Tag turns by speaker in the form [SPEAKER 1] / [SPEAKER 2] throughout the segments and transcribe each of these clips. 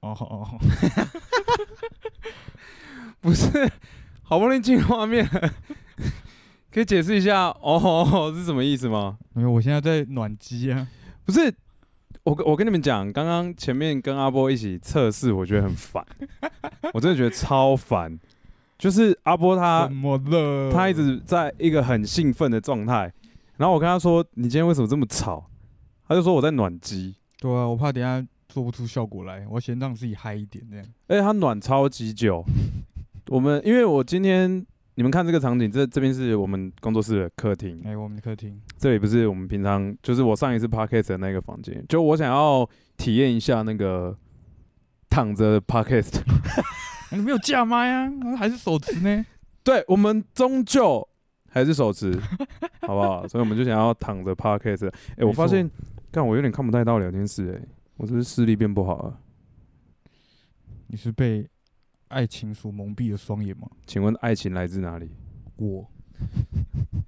[SPEAKER 1] 哦哦，
[SPEAKER 2] 不是， 好不容易进画面 了，可以解释一下哦哦 是什么意思吗？
[SPEAKER 1] 没有，我现在在暖机啊。
[SPEAKER 2] 不是，我跟我跟你们讲，刚刚前面跟阿波一起测试，我觉得很烦，我真的觉得超烦。就是阿波他
[SPEAKER 1] 怎么了？
[SPEAKER 2] 他一直在一个很兴奋的状态，然后我跟他说：“你今天为什么这么吵？”他就说：“我在暖机。
[SPEAKER 1] 对啊，我怕等一下做不出效果来，我要先让自己嗨一点，这样。”
[SPEAKER 2] 而且他暖超级久。我们因为我今天你们看这个场景，这这边是我们工作室的客厅，
[SPEAKER 1] 哎、我们的客厅，
[SPEAKER 2] 这里不是我们平常就是我上一次 podcast 的那个房间，就我想要体验一下那个躺着 podcast。
[SPEAKER 1] 哎你没有架麦啊，还是手持呢？
[SPEAKER 2] 对我们终究还是手持，好不好？所以我们就想要躺着 podcast。哎、我
[SPEAKER 1] 没错
[SPEAKER 2] 发现，干我有点看不太到聊天室、哎，我是不是视力变不好啊了？
[SPEAKER 1] 你是被爱情所蒙蔽了双眼吗？
[SPEAKER 2] 请问爱情来自哪里？
[SPEAKER 1] 我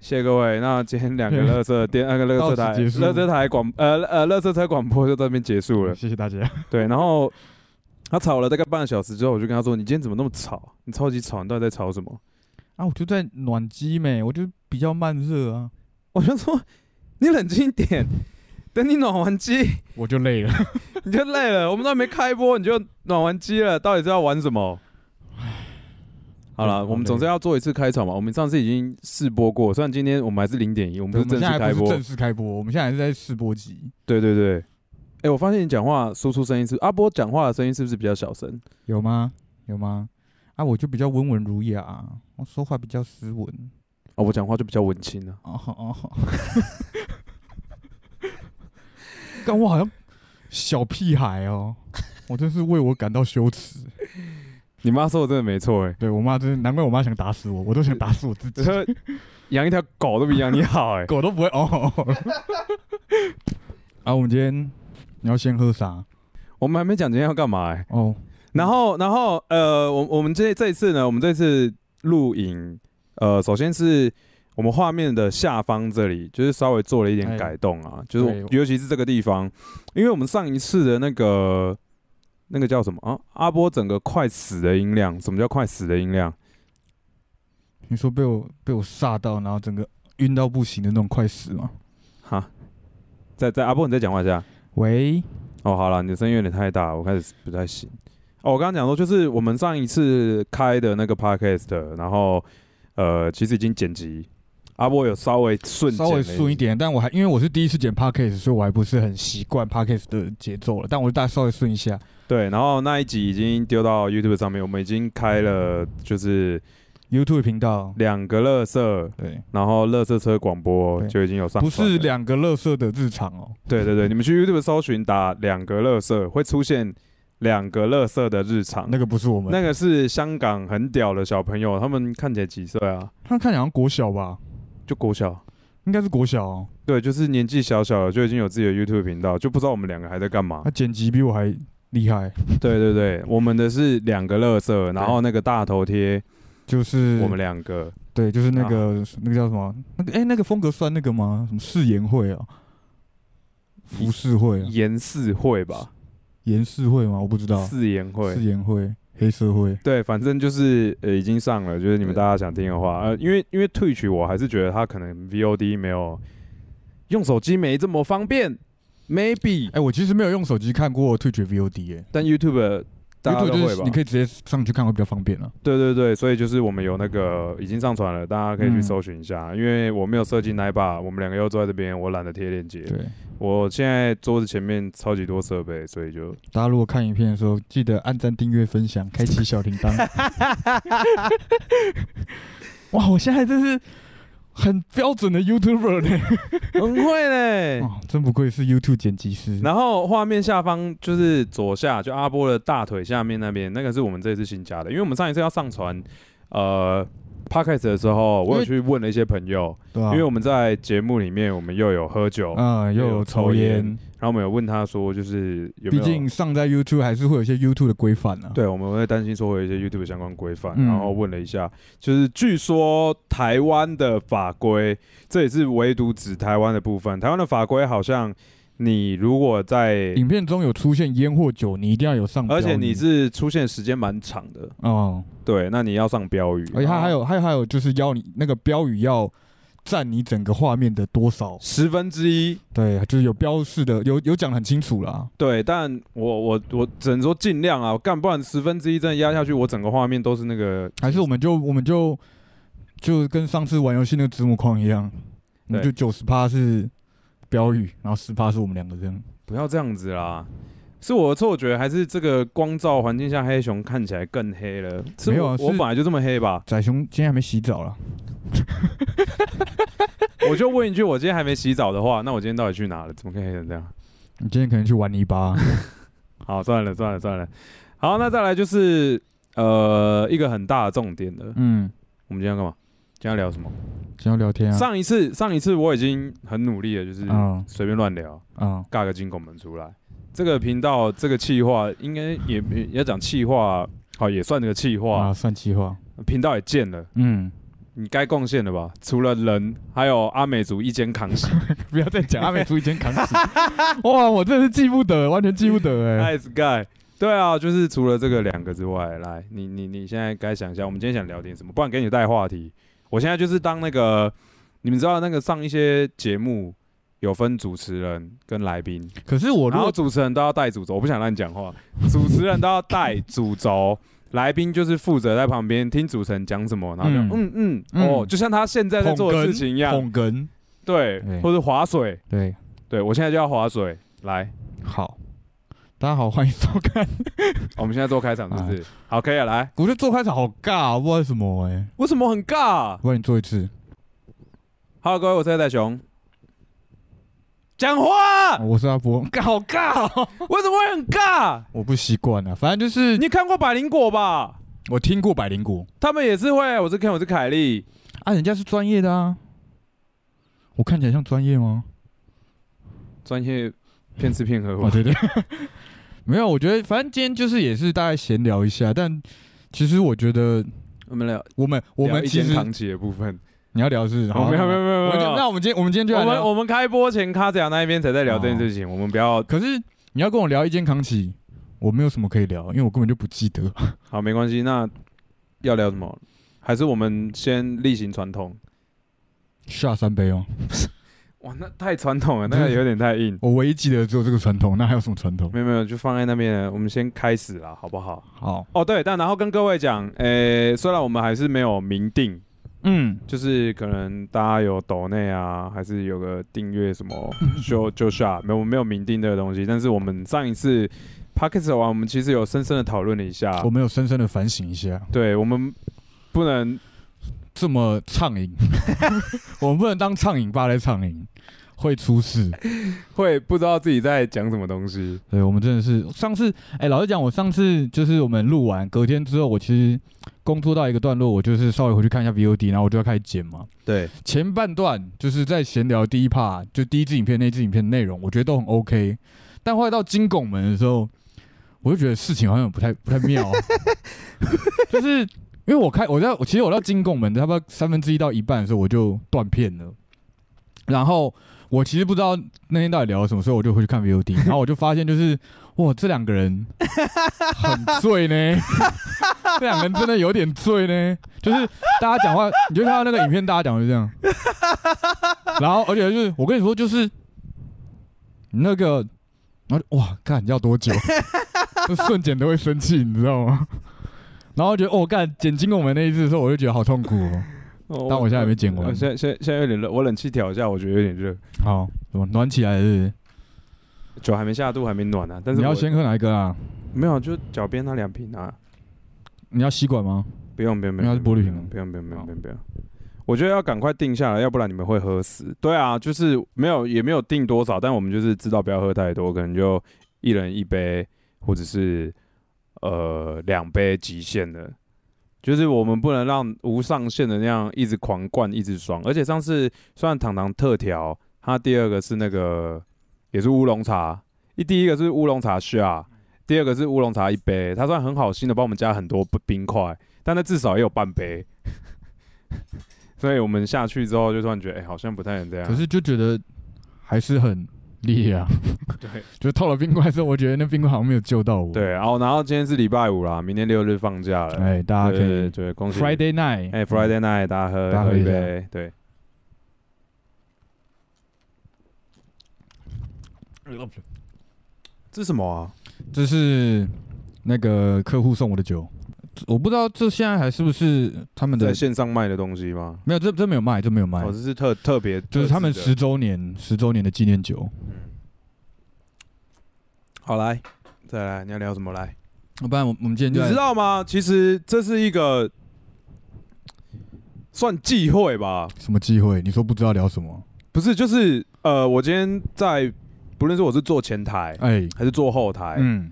[SPEAKER 2] 谢谢各位。那今天 两个乐色电，那个乐色台，
[SPEAKER 1] 到此结束
[SPEAKER 2] 乐色台广，呃呃，乐色车广播就到这边结束了。
[SPEAKER 1] 谢谢大家。
[SPEAKER 2] 对，然后他吵了大概半个小时之后，我就跟他说：“你今天怎么那么吵？你超级吵，你到底在吵什么
[SPEAKER 1] 啊，我就在暖机没，我就比较慢热啊，？”
[SPEAKER 2] 我就说：“你冷静一点，等你暖完机
[SPEAKER 1] 我就累 了。
[SPEAKER 2] 你就累了。我们都还没开播你就暖完机了，到底是要玩什么？”好
[SPEAKER 1] 嗯
[SPEAKER 2] 了，我
[SPEAKER 1] 好
[SPEAKER 2] 们
[SPEAKER 1] 累
[SPEAKER 2] 总是要做一次开场嘛。我们上次已经试播过，虽然今天我们还是零点一，我们
[SPEAKER 1] 我
[SPEAKER 2] 不
[SPEAKER 1] 们
[SPEAKER 2] 是正
[SPEAKER 1] 现
[SPEAKER 2] 式
[SPEAKER 1] 在还
[SPEAKER 2] 开
[SPEAKER 1] 不
[SPEAKER 2] 播
[SPEAKER 1] 是，正式开播，我们现在还是在试播集。
[SPEAKER 2] 对对对，哎、我发现你讲话输出声音是阿波讲话的声音是不是比较小声？
[SPEAKER 1] 有吗？有吗？啊，我就比较温文儒雅、啊，我说话比较斯文。
[SPEAKER 2] 哦，我讲话就比较文青啊。
[SPEAKER 1] 哦 哦，但我好像小屁孩哦，我真是为我感到羞耻。
[SPEAKER 2] 你妈说的真的没错哎、
[SPEAKER 1] 对我妈真是，难怪我妈想打死我，我都想打死我自己
[SPEAKER 2] 你，说养一条狗都比养你好哎、
[SPEAKER 1] 狗都不会哦。哦哦啊，我们今天你要先喝啥？
[SPEAKER 2] 我们还没讲今天要干嘛哎、
[SPEAKER 1] 哦，
[SPEAKER 2] 然后，然后，呃，我我们这这一次呢，我们这次录影，呃，首先是我们画面的下方这里，就是稍微做了一点
[SPEAKER 1] 哎
[SPEAKER 2] 改动啊，就是我
[SPEAKER 1] 对
[SPEAKER 2] 尤其是这个地方，因为我们上一次的那个那个叫什么啊，阿波整个快死的音量，什么叫快死的音量？
[SPEAKER 1] 你说被我被我吓到，然后整个晕到不行的那种快死吗？
[SPEAKER 2] 哈，再再阿波，你再讲话一下。
[SPEAKER 1] 喂，
[SPEAKER 2] 哦，好了，你的声音有点太大，我开始不太行。哦，我刚刚讲说，就是我们上一次开的那个 podcast，然后呃，其实已经剪辑，阿波有稍微顺，
[SPEAKER 1] 稍微顺一。点，但我还因为我是第一次剪 podcast，所以我还不是很习惯 podcast 的节奏了，但我就大概稍微顺一下。
[SPEAKER 2] 对，然后那一集已经丢到 YouTube 上面，我们已经开
[SPEAKER 1] 嗯
[SPEAKER 2] 了就是
[SPEAKER 1] YouTube 频道，
[SPEAKER 2] 两个乐色，
[SPEAKER 1] 对，
[SPEAKER 2] 然后乐色车广播
[SPEAKER 1] 对
[SPEAKER 2] 就已经有上传
[SPEAKER 1] 不
[SPEAKER 2] 了，
[SPEAKER 1] 是两个乐色的日常哦。
[SPEAKER 2] 对对对，你们去 YouTube 搜寻打两个乐色，会出现两个乐色的日常。
[SPEAKER 1] 那个不是我们，
[SPEAKER 2] 啊那个是香港很屌的小朋友，他们看起来几岁啊？
[SPEAKER 1] 他看起来好像国小吧，
[SPEAKER 2] 就国小。
[SPEAKER 1] 应该是国小哦。
[SPEAKER 2] 对，就是年纪小小的就已经有自己的 YouTube 频道，就不知道我们两个还在干嘛
[SPEAKER 1] 他。剪辑比我还厉害，
[SPEAKER 2] 对对对，我们的是两个乐色，然后那个大头贴，
[SPEAKER 1] 就是
[SPEAKER 2] 我们啊两个
[SPEAKER 1] 对，就是那个那个叫什么？那个哎、那个风格算那个吗？什么誓言会啊？服饰会啊？啊
[SPEAKER 2] 研四会吧，
[SPEAKER 1] 研誓会吗？我不知道。
[SPEAKER 2] 四研
[SPEAKER 1] 誓
[SPEAKER 2] 会。
[SPEAKER 1] 言会、黑社会，
[SPEAKER 2] 对，反正就是呃已经上了，就是你们
[SPEAKER 1] 对嗯
[SPEAKER 2] 大家想听的话，呃，因为因为 Twitch 我还是觉得它可能 VOD 没有用手机没这么方便，maybe，
[SPEAKER 1] 哎、我其实没有用手机看过退绝 VOD 哎、
[SPEAKER 2] 但 YouTube 大家
[SPEAKER 1] YouTube
[SPEAKER 2] 都
[SPEAKER 1] 就
[SPEAKER 2] 会
[SPEAKER 1] 是
[SPEAKER 2] 吧
[SPEAKER 1] 你？可以直接上去看会比较方便啊。
[SPEAKER 2] 对对对，所以就是我们有那个已经上传了，大家可以去
[SPEAKER 1] 嗯
[SPEAKER 2] 搜寻一下。因为我没有设计奶爸，我们两个又坐在这边，我懒得贴链接。
[SPEAKER 1] 对，
[SPEAKER 2] 我现在桌子前面超级多设备，所 以就
[SPEAKER 1] 大家如果看影片的时候，记得按赞、订阅、分享、开启小铃铛。哇，我现在真是很标准的 YouTuber 呢、
[SPEAKER 2] 很会嘞。
[SPEAKER 1] 哇，真不愧是 YouTube 剪辑师。
[SPEAKER 2] 然后画面下方就是左下，就阿波的大腿下面那边，那个是我们这次新加的，因为我们上一次要上传呃 podcast 的时候，我有去问了一些朋友，
[SPEAKER 1] 对啊，
[SPEAKER 2] 因为我们在节目里面我们又有喝酒，然
[SPEAKER 1] 嗯、又
[SPEAKER 2] 又有
[SPEAKER 1] 有
[SPEAKER 2] 抽
[SPEAKER 1] 抽
[SPEAKER 2] 烟
[SPEAKER 1] 烟，
[SPEAKER 2] 后我们有问他说，就是有没
[SPEAKER 1] 毕
[SPEAKER 2] 有
[SPEAKER 1] 竟上在 YouTube 还是会有一些 YouTube 的规范啊。
[SPEAKER 2] 对，我们会担心说会有一些 YouTube 相关规范，
[SPEAKER 1] 嗯
[SPEAKER 2] 然后问了一下，就是据说台湾的法规，这也是唯独指台湾的部分，台湾的法规好像你如果在，
[SPEAKER 1] 影片中有出现烟或酒，你一定要有上标语，
[SPEAKER 2] 而且你是出现时间蛮长的，
[SPEAKER 1] 哦，
[SPEAKER 2] 对，那你要上标语，
[SPEAKER 1] 而且它还
[SPEAKER 2] 哦
[SPEAKER 1] 有还有还有就是要你那个标语要占你整个画面的多少，
[SPEAKER 2] 十分之一，
[SPEAKER 1] 对，就是有标示的，有有讲得很清楚啦。
[SPEAKER 2] 对，但我我我只能说尽量啊，干不然十分之一真的压下去，我整个画面都是那个，
[SPEAKER 1] 还是我们就我们就就跟上次玩游戏那个子母框一样，我们就
[SPEAKER 2] 对
[SPEAKER 1] 九十趴是标语，然后十趴是我们两个这样。
[SPEAKER 2] 不要这样子啦。是我的错觉，还是这个光照环境下黑熊看起来更黑了？是
[SPEAKER 1] 没有
[SPEAKER 2] 我
[SPEAKER 1] 啊
[SPEAKER 2] 我
[SPEAKER 1] 是
[SPEAKER 2] 本来就这么黑吧？
[SPEAKER 1] 仔熊今天还没洗澡啦，
[SPEAKER 2] 我就问一句，我今天还没洗澡的话， 那我今天到底去哪了？怎么可以黑成这样？
[SPEAKER 1] 你今天可能去玩泥巴，
[SPEAKER 2] 好，算了算了算了。好，那再来就是呃一个很大的重点了。
[SPEAKER 1] 嗯，
[SPEAKER 2] 我们今天要干嘛？今天要聊什么？
[SPEAKER 1] 今天要聊天啊，
[SPEAKER 2] 上一次上一次我已经很努力了，就是
[SPEAKER 1] 嗯
[SPEAKER 2] 随便乱聊，
[SPEAKER 1] 啊，
[SPEAKER 2] 尬个金拱门出来。这个频道这个气话应该也也要讲气话，好也算这个气话
[SPEAKER 1] 啊，。算计划，
[SPEAKER 2] 频道也建了，
[SPEAKER 1] 嗯，
[SPEAKER 2] 你该贡献了吧？除了人，还有阿美族一肩扛 起。
[SPEAKER 1] 不要再讲阿美族以前扛 死，哇，我真的是记不得，完全记不得哎、
[SPEAKER 2] Nice guy。对啊，就是除了这个两个之外，来，你你你现在该想一下，我们今天想聊点什么？不然给你带话题。我现在就是当那个，你们知道那个上一些节目有分主持人跟来宾，
[SPEAKER 1] 可是我如
[SPEAKER 2] 然后
[SPEAKER 1] 果
[SPEAKER 2] 主持人都要带主轴，我不想让你讲话，主持人都要带主轴。来宾就是负责在旁边听主持人讲什么，然后就嗯嗯
[SPEAKER 1] 嗯
[SPEAKER 2] 哦，就像他现在在
[SPEAKER 1] 捧
[SPEAKER 2] 做的
[SPEAKER 1] 哏
[SPEAKER 2] 事情一样，
[SPEAKER 1] 捧哏，
[SPEAKER 2] 对
[SPEAKER 1] 对，
[SPEAKER 2] 或者划水，
[SPEAKER 1] 对，
[SPEAKER 2] 对我现在就要划水，来，
[SPEAKER 1] 好，大家好，欢迎收看。
[SPEAKER 2] 我们现在做开场是不是？好，可以了，来，
[SPEAKER 1] 我觉得做开场好尬、啊，不知道为什么哎、
[SPEAKER 2] 为什么很尬、
[SPEAKER 1] 不然你做一次，
[SPEAKER 2] Hello，各位，我是戴熊。讲 话
[SPEAKER 1] 哦我是阿波，尬好尬、哦，
[SPEAKER 2] 为什么会很尬？
[SPEAKER 1] 我不习惯啊。反正就是
[SPEAKER 2] 你看过百灵果吧？
[SPEAKER 1] 我听过百灵果
[SPEAKER 2] 他们也是会，我是 Ken，我是凯莉。
[SPEAKER 1] 啊，人家是专业的啊。我看起来像专业吗？
[SPEAKER 2] 专业骗吃骗喝
[SPEAKER 1] 哦，
[SPEAKER 2] 吧。
[SPEAKER 1] 对对， 没有，我觉得反正今天就是也是大概闲聊一下，但其实我觉得
[SPEAKER 2] 我们聊
[SPEAKER 1] 我们我
[SPEAKER 2] 聊
[SPEAKER 1] 们
[SPEAKER 2] 一
[SPEAKER 1] 其
[SPEAKER 2] 肩
[SPEAKER 1] 实
[SPEAKER 2] 扛起的 部分。
[SPEAKER 1] 你要聊的是，
[SPEAKER 2] 哦
[SPEAKER 1] 好啊
[SPEAKER 2] 没有没有没有
[SPEAKER 1] 我们
[SPEAKER 2] 没
[SPEAKER 1] 就
[SPEAKER 2] 有
[SPEAKER 1] 那我们今天我们今天就
[SPEAKER 2] 我
[SPEAKER 1] 来
[SPEAKER 2] 们
[SPEAKER 1] 聊，哦
[SPEAKER 2] 我们开播前，卡子雅那一边才在聊这件事情。我们不要，
[SPEAKER 1] 可是你要跟我聊一肩扛起，我没有什么可以聊，因为我根本就不记得。
[SPEAKER 2] 好，没关系。那要聊什么？还是我们先例行传统？
[SPEAKER 1] 下三杯哦，
[SPEAKER 2] 哇，那太传统了，那 个有点太硬。
[SPEAKER 1] 我唯一记得只有这个传统，那还有什么传统？
[SPEAKER 2] 没有没有，就放在那边了。我们先开始啦，好不好？
[SPEAKER 1] 好，
[SPEAKER 2] 哦，对，但然后跟各位讲，诶、虽然我们还是没有明定，
[SPEAKER 1] 嗯，
[SPEAKER 2] 就是可能大家有抖内啊，还是有个订阅 什么就就下，没有我们没有明定这个东西，但是我们上一次 p o c k e t 玩，我们其实有深深的讨论了一下
[SPEAKER 1] 我，们有深深的反省一下，
[SPEAKER 2] 对我们不能
[SPEAKER 1] 这么畅饮， 我们不能当畅饮吧来畅饮，会出事。
[SPEAKER 2] 会不知道自己在讲什么东西，
[SPEAKER 1] 对，我们真的是上次，哎、老实讲，我上次就是我们录完隔天之后，我其实工作到一个段落，我就是稍微回去看一下 VOD，然后我就要开始剪嘛。
[SPEAKER 2] 对
[SPEAKER 1] 前半段就是在闲聊第一 part，就第一支影片那支影片的内容，我觉得都很 OK。但后来到金拱门的时候，我就觉得事情好像不太不太妙、啊，就是因为我开我在我其实我到金拱门差不多三分之一到一半的时候我就断片了，然后我其实不知道那天到底聊了什么，所以我就回去看 VOD，然后我就发现就是哇，这两个人很醉呢，这两个人真的有点醉呢，就是大家讲话，你就看到那个影片，大家讲话就这样， 然后而且就是我跟你说，就是那个，然后就哇，看要多 久，就瞬间都会生气，你知道吗？然后觉得哦，干剪金拱门那一次的时候，我就觉得好痛苦哦。
[SPEAKER 2] 哦
[SPEAKER 1] 但我现在还没剪完
[SPEAKER 2] 我现在现在现在有点热，我冷气调一下，我觉得有点热，
[SPEAKER 1] 好，怎么暖起来是不是
[SPEAKER 2] 酒还没下肚，还没暖呢、啊但是
[SPEAKER 1] 你要
[SPEAKER 2] 我
[SPEAKER 1] 先喝哪一个啊？
[SPEAKER 2] 没有，就脚边那两瓶啊。
[SPEAKER 1] 你要吸管吗？
[SPEAKER 2] 不用不用不
[SPEAKER 1] 因为
[SPEAKER 2] 用，
[SPEAKER 1] 它是玻璃瓶吗啊
[SPEAKER 2] 不用不用不用不用不用。我觉得要赶快定下来，要不然你们会喝死。对啊，就是没有也没有定多少，但我们就是知道不要喝太多，可能就一人一杯，或者是呃两杯极限的。就是我们不能让无上限的那样一直狂灌一直爽，而且上次虽然糖糖特调，它第二个是那个也是乌龙茶，一第一个是乌龙茶下，第二个是乌龙茶一杯，它算很好心的帮我们加很多冰块，但那至少也有半杯， 所以我们下去之后就突然觉得，哎、好像不太能这样。
[SPEAKER 1] 可是就觉得还是很力啊。
[SPEAKER 2] 对，
[SPEAKER 1] 就是套了冰块之后，我觉得那冰块好像没有救到我。
[SPEAKER 2] 对，，然后然后今天是礼拜五啦，明天六日放假了，
[SPEAKER 1] 哎，大家可
[SPEAKER 2] 对对
[SPEAKER 1] 以
[SPEAKER 2] 对，恭喜
[SPEAKER 1] Friday night，
[SPEAKER 2] 哎，Friday night 大家喝
[SPEAKER 1] 大家
[SPEAKER 2] 喝
[SPEAKER 1] 喝
[SPEAKER 2] 一
[SPEAKER 1] 一下
[SPEAKER 2] 杯，对，这是什么啊？
[SPEAKER 1] 这是那个客户送我的酒，我不知道这现在还是不是他们
[SPEAKER 2] 在
[SPEAKER 1] 的，
[SPEAKER 2] 线上卖的东西吗？
[SPEAKER 1] 没有，这这没有卖，这没有卖
[SPEAKER 2] 哦，，这是特特别，
[SPEAKER 1] 就是他们
[SPEAKER 2] 特制
[SPEAKER 1] 十周年十周年的纪念酒。
[SPEAKER 2] 的，嗯，好来，再来，你要聊什么来？
[SPEAKER 1] 要不然我我们今天
[SPEAKER 2] 你
[SPEAKER 1] 就来
[SPEAKER 2] 知道吗？其实这是一个算忌讳吧，
[SPEAKER 1] 什么机会？你说不知道聊什么？
[SPEAKER 2] 不是？就是呃，我今天在不论是我是坐前台
[SPEAKER 1] 哎，
[SPEAKER 2] 还是坐后台，
[SPEAKER 1] 嗯，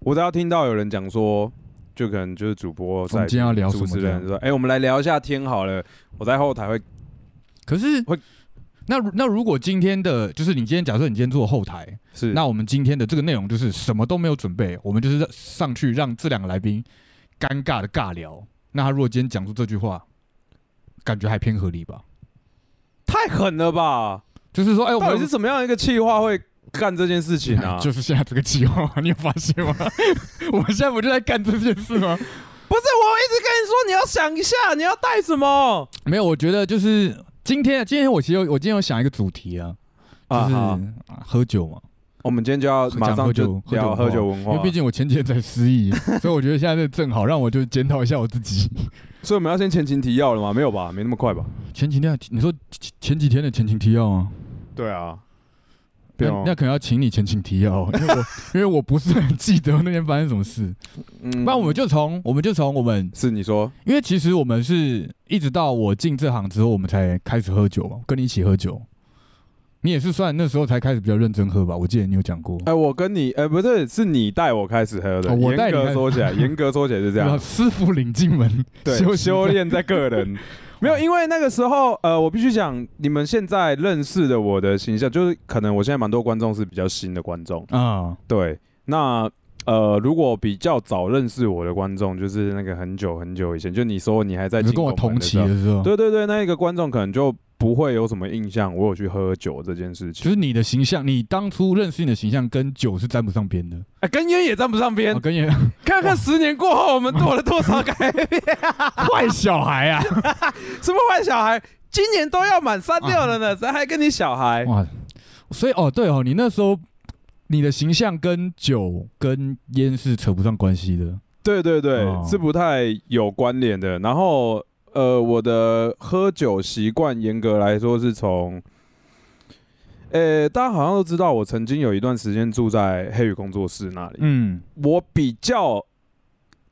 [SPEAKER 2] 我只要听到有人讲说，就可能就是主播
[SPEAKER 1] 我
[SPEAKER 2] 在
[SPEAKER 1] 们今天要聊什
[SPEAKER 2] 主
[SPEAKER 1] 么
[SPEAKER 2] 持
[SPEAKER 1] 这样？
[SPEAKER 2] 人说，哎、我们来聊一下天好了。我在后台会，
[SPEAKER 1] 可是
[SPEAKER 2] 会
[SPEAKER 1] 那如那如果今天的就是你今天假设你今天做后台，
[SPEAKER 2] 是
[SPEAKER 1] 那我们今天的这个内容就是什么都没有准备，我们就是上去让这两个来宾尴尬的尬聊。那他如果今天讲出这句话，感觉还偏合理吧？
[SPEAKER 2] 太狠了吧？
[SPEAKER 1] 就是说，哎、我
[SPEAKER 2] 到
[SPEAKER 1] 们？
[SPEAKER 2] 底是怎么样一个气话会干这件事情啊
[SPEAKER 1] 就是现在这个计划， 你有发现吗？我们现在不就在干这件事吗？
[SPEAKER 2] 不是，我一直跟你说你要想一下，你要带什么
[SPEAKER 1] 没有，我觉得就是今天，今天我其实有我今天有想一个主题啊，就是、
[SPEAKER 2] 啊？好，
[SPEAKER 1] 啊喝酒嘛，
[SPEAKER 2] 我们今天就要马上就聊
[SPEAKER 1] 讲
[SPEAKER 2] 喝
[SPEAKER 1] 喝酒
[SPEAKER 2] 酒文
[SPEAKER 1] 因
[SPEAKER 2] 化，
[SPEAKER 1] 为毕竟我前几天才失 忆，所以我觉得现在这正好让我就检讨一下我自己。
[SPEAKER 2] 所以我们要先前情提要了吗？没有吧，没那么快吧？
[SPEAKER 1] 前几天你说前前几天的前情提要啊，
[SPEAKER 2] 对啊，
[SPEAKER 1] 那
[SPEAKER 2] 对啊
[SPEAKER 1] 那，可能要请你前情提要，因为我 因为我不是很记得那天发生什么事。
[SPEAKER 2] 嗯
[SPEAKER 1] 那我们就从我们就从我们，
[SPEAKER 2] 是你说
[SPEAKER 1] 因为其实我们是一直到我进这行之后，我们才开始喝酒嘛，跟你一起喝酒。你也是算那时候才开始比较认真喝吧？我记得你有讲过，
[SPEAKER 2] 哎，我跟你哎，不是，是你带我开始喝的。
[SPEAKER 1] 哦我带
[SPEAKER 2] 严
[SPEAKER 1] 你
[SPEAKER 2] 格
[SPEAKER 1] 开
[SPEAKER 2] 说起来，严格说起来是这
[SPEAKER 1] 然后
[SPEAKER 2] 样，
[SPEAKER 1] 师傅领进门，
[SPEAKER 2] 对，修
[SPEAKER 1] 修炼。
[SPEAKER 2] 炼在个人。 没有，因为那个时候，呃，我必须讲，你们现在认识的我的形象，就是可能我现在蛮多观众是比较新的观众，
[SPEAKER 1] 啊、
[SPEAKER 2] 对，那呃，如果比较早认识我的观众，就是那个很久很久以前，就你说你还在
[SPEAKER 1] 你是跟我
[SPEAKER 2] 进拱门
[SPEAKER 1] 同
[SPEAKER 2] 的时
[SPEAKER 1] 期
[SPEAKER 2] 候
[SPEAKER 1] 的时候，
[SPEAKER 2] 对对对，那一个观众可能就不会有什么印象，我有去喝酒这件事
[SPEAKER 1] 就
[SPEAKER 2] 情。
[SPEAKER 1] 是你的形象，你当初认识你的形象跟酒是沾不上边的。啊
[SPEAKER 2] 哎、跟烟也沾不上边，
[SPEAKER 1] 我跟 你
[SPEAKER 2] 看看十年过后我们做了多 少改变，
[SPEAKER 1] 坏小孩 啊！
[SPEAKER 2] 什么坏小孩，今年都要满三六了呢，谁还跟你小孩？
[SPEAKER 1] 啊哇，所以哦，对哦，你那时候你的形象跟酒跟烟是扯不上关系的。
[SPEAKER 2] 对对对，
[SPEAKER 1] 哦
[SPEAKER 2] 是不太有关联的。然后呃，我的喝酒习惯严格来说是从。呃、大家好像都知道，我曾经有一段时间住在黑羽工作室那里。
[SPEAKER 1] 嗯，
[SPEAKER 2] 我比较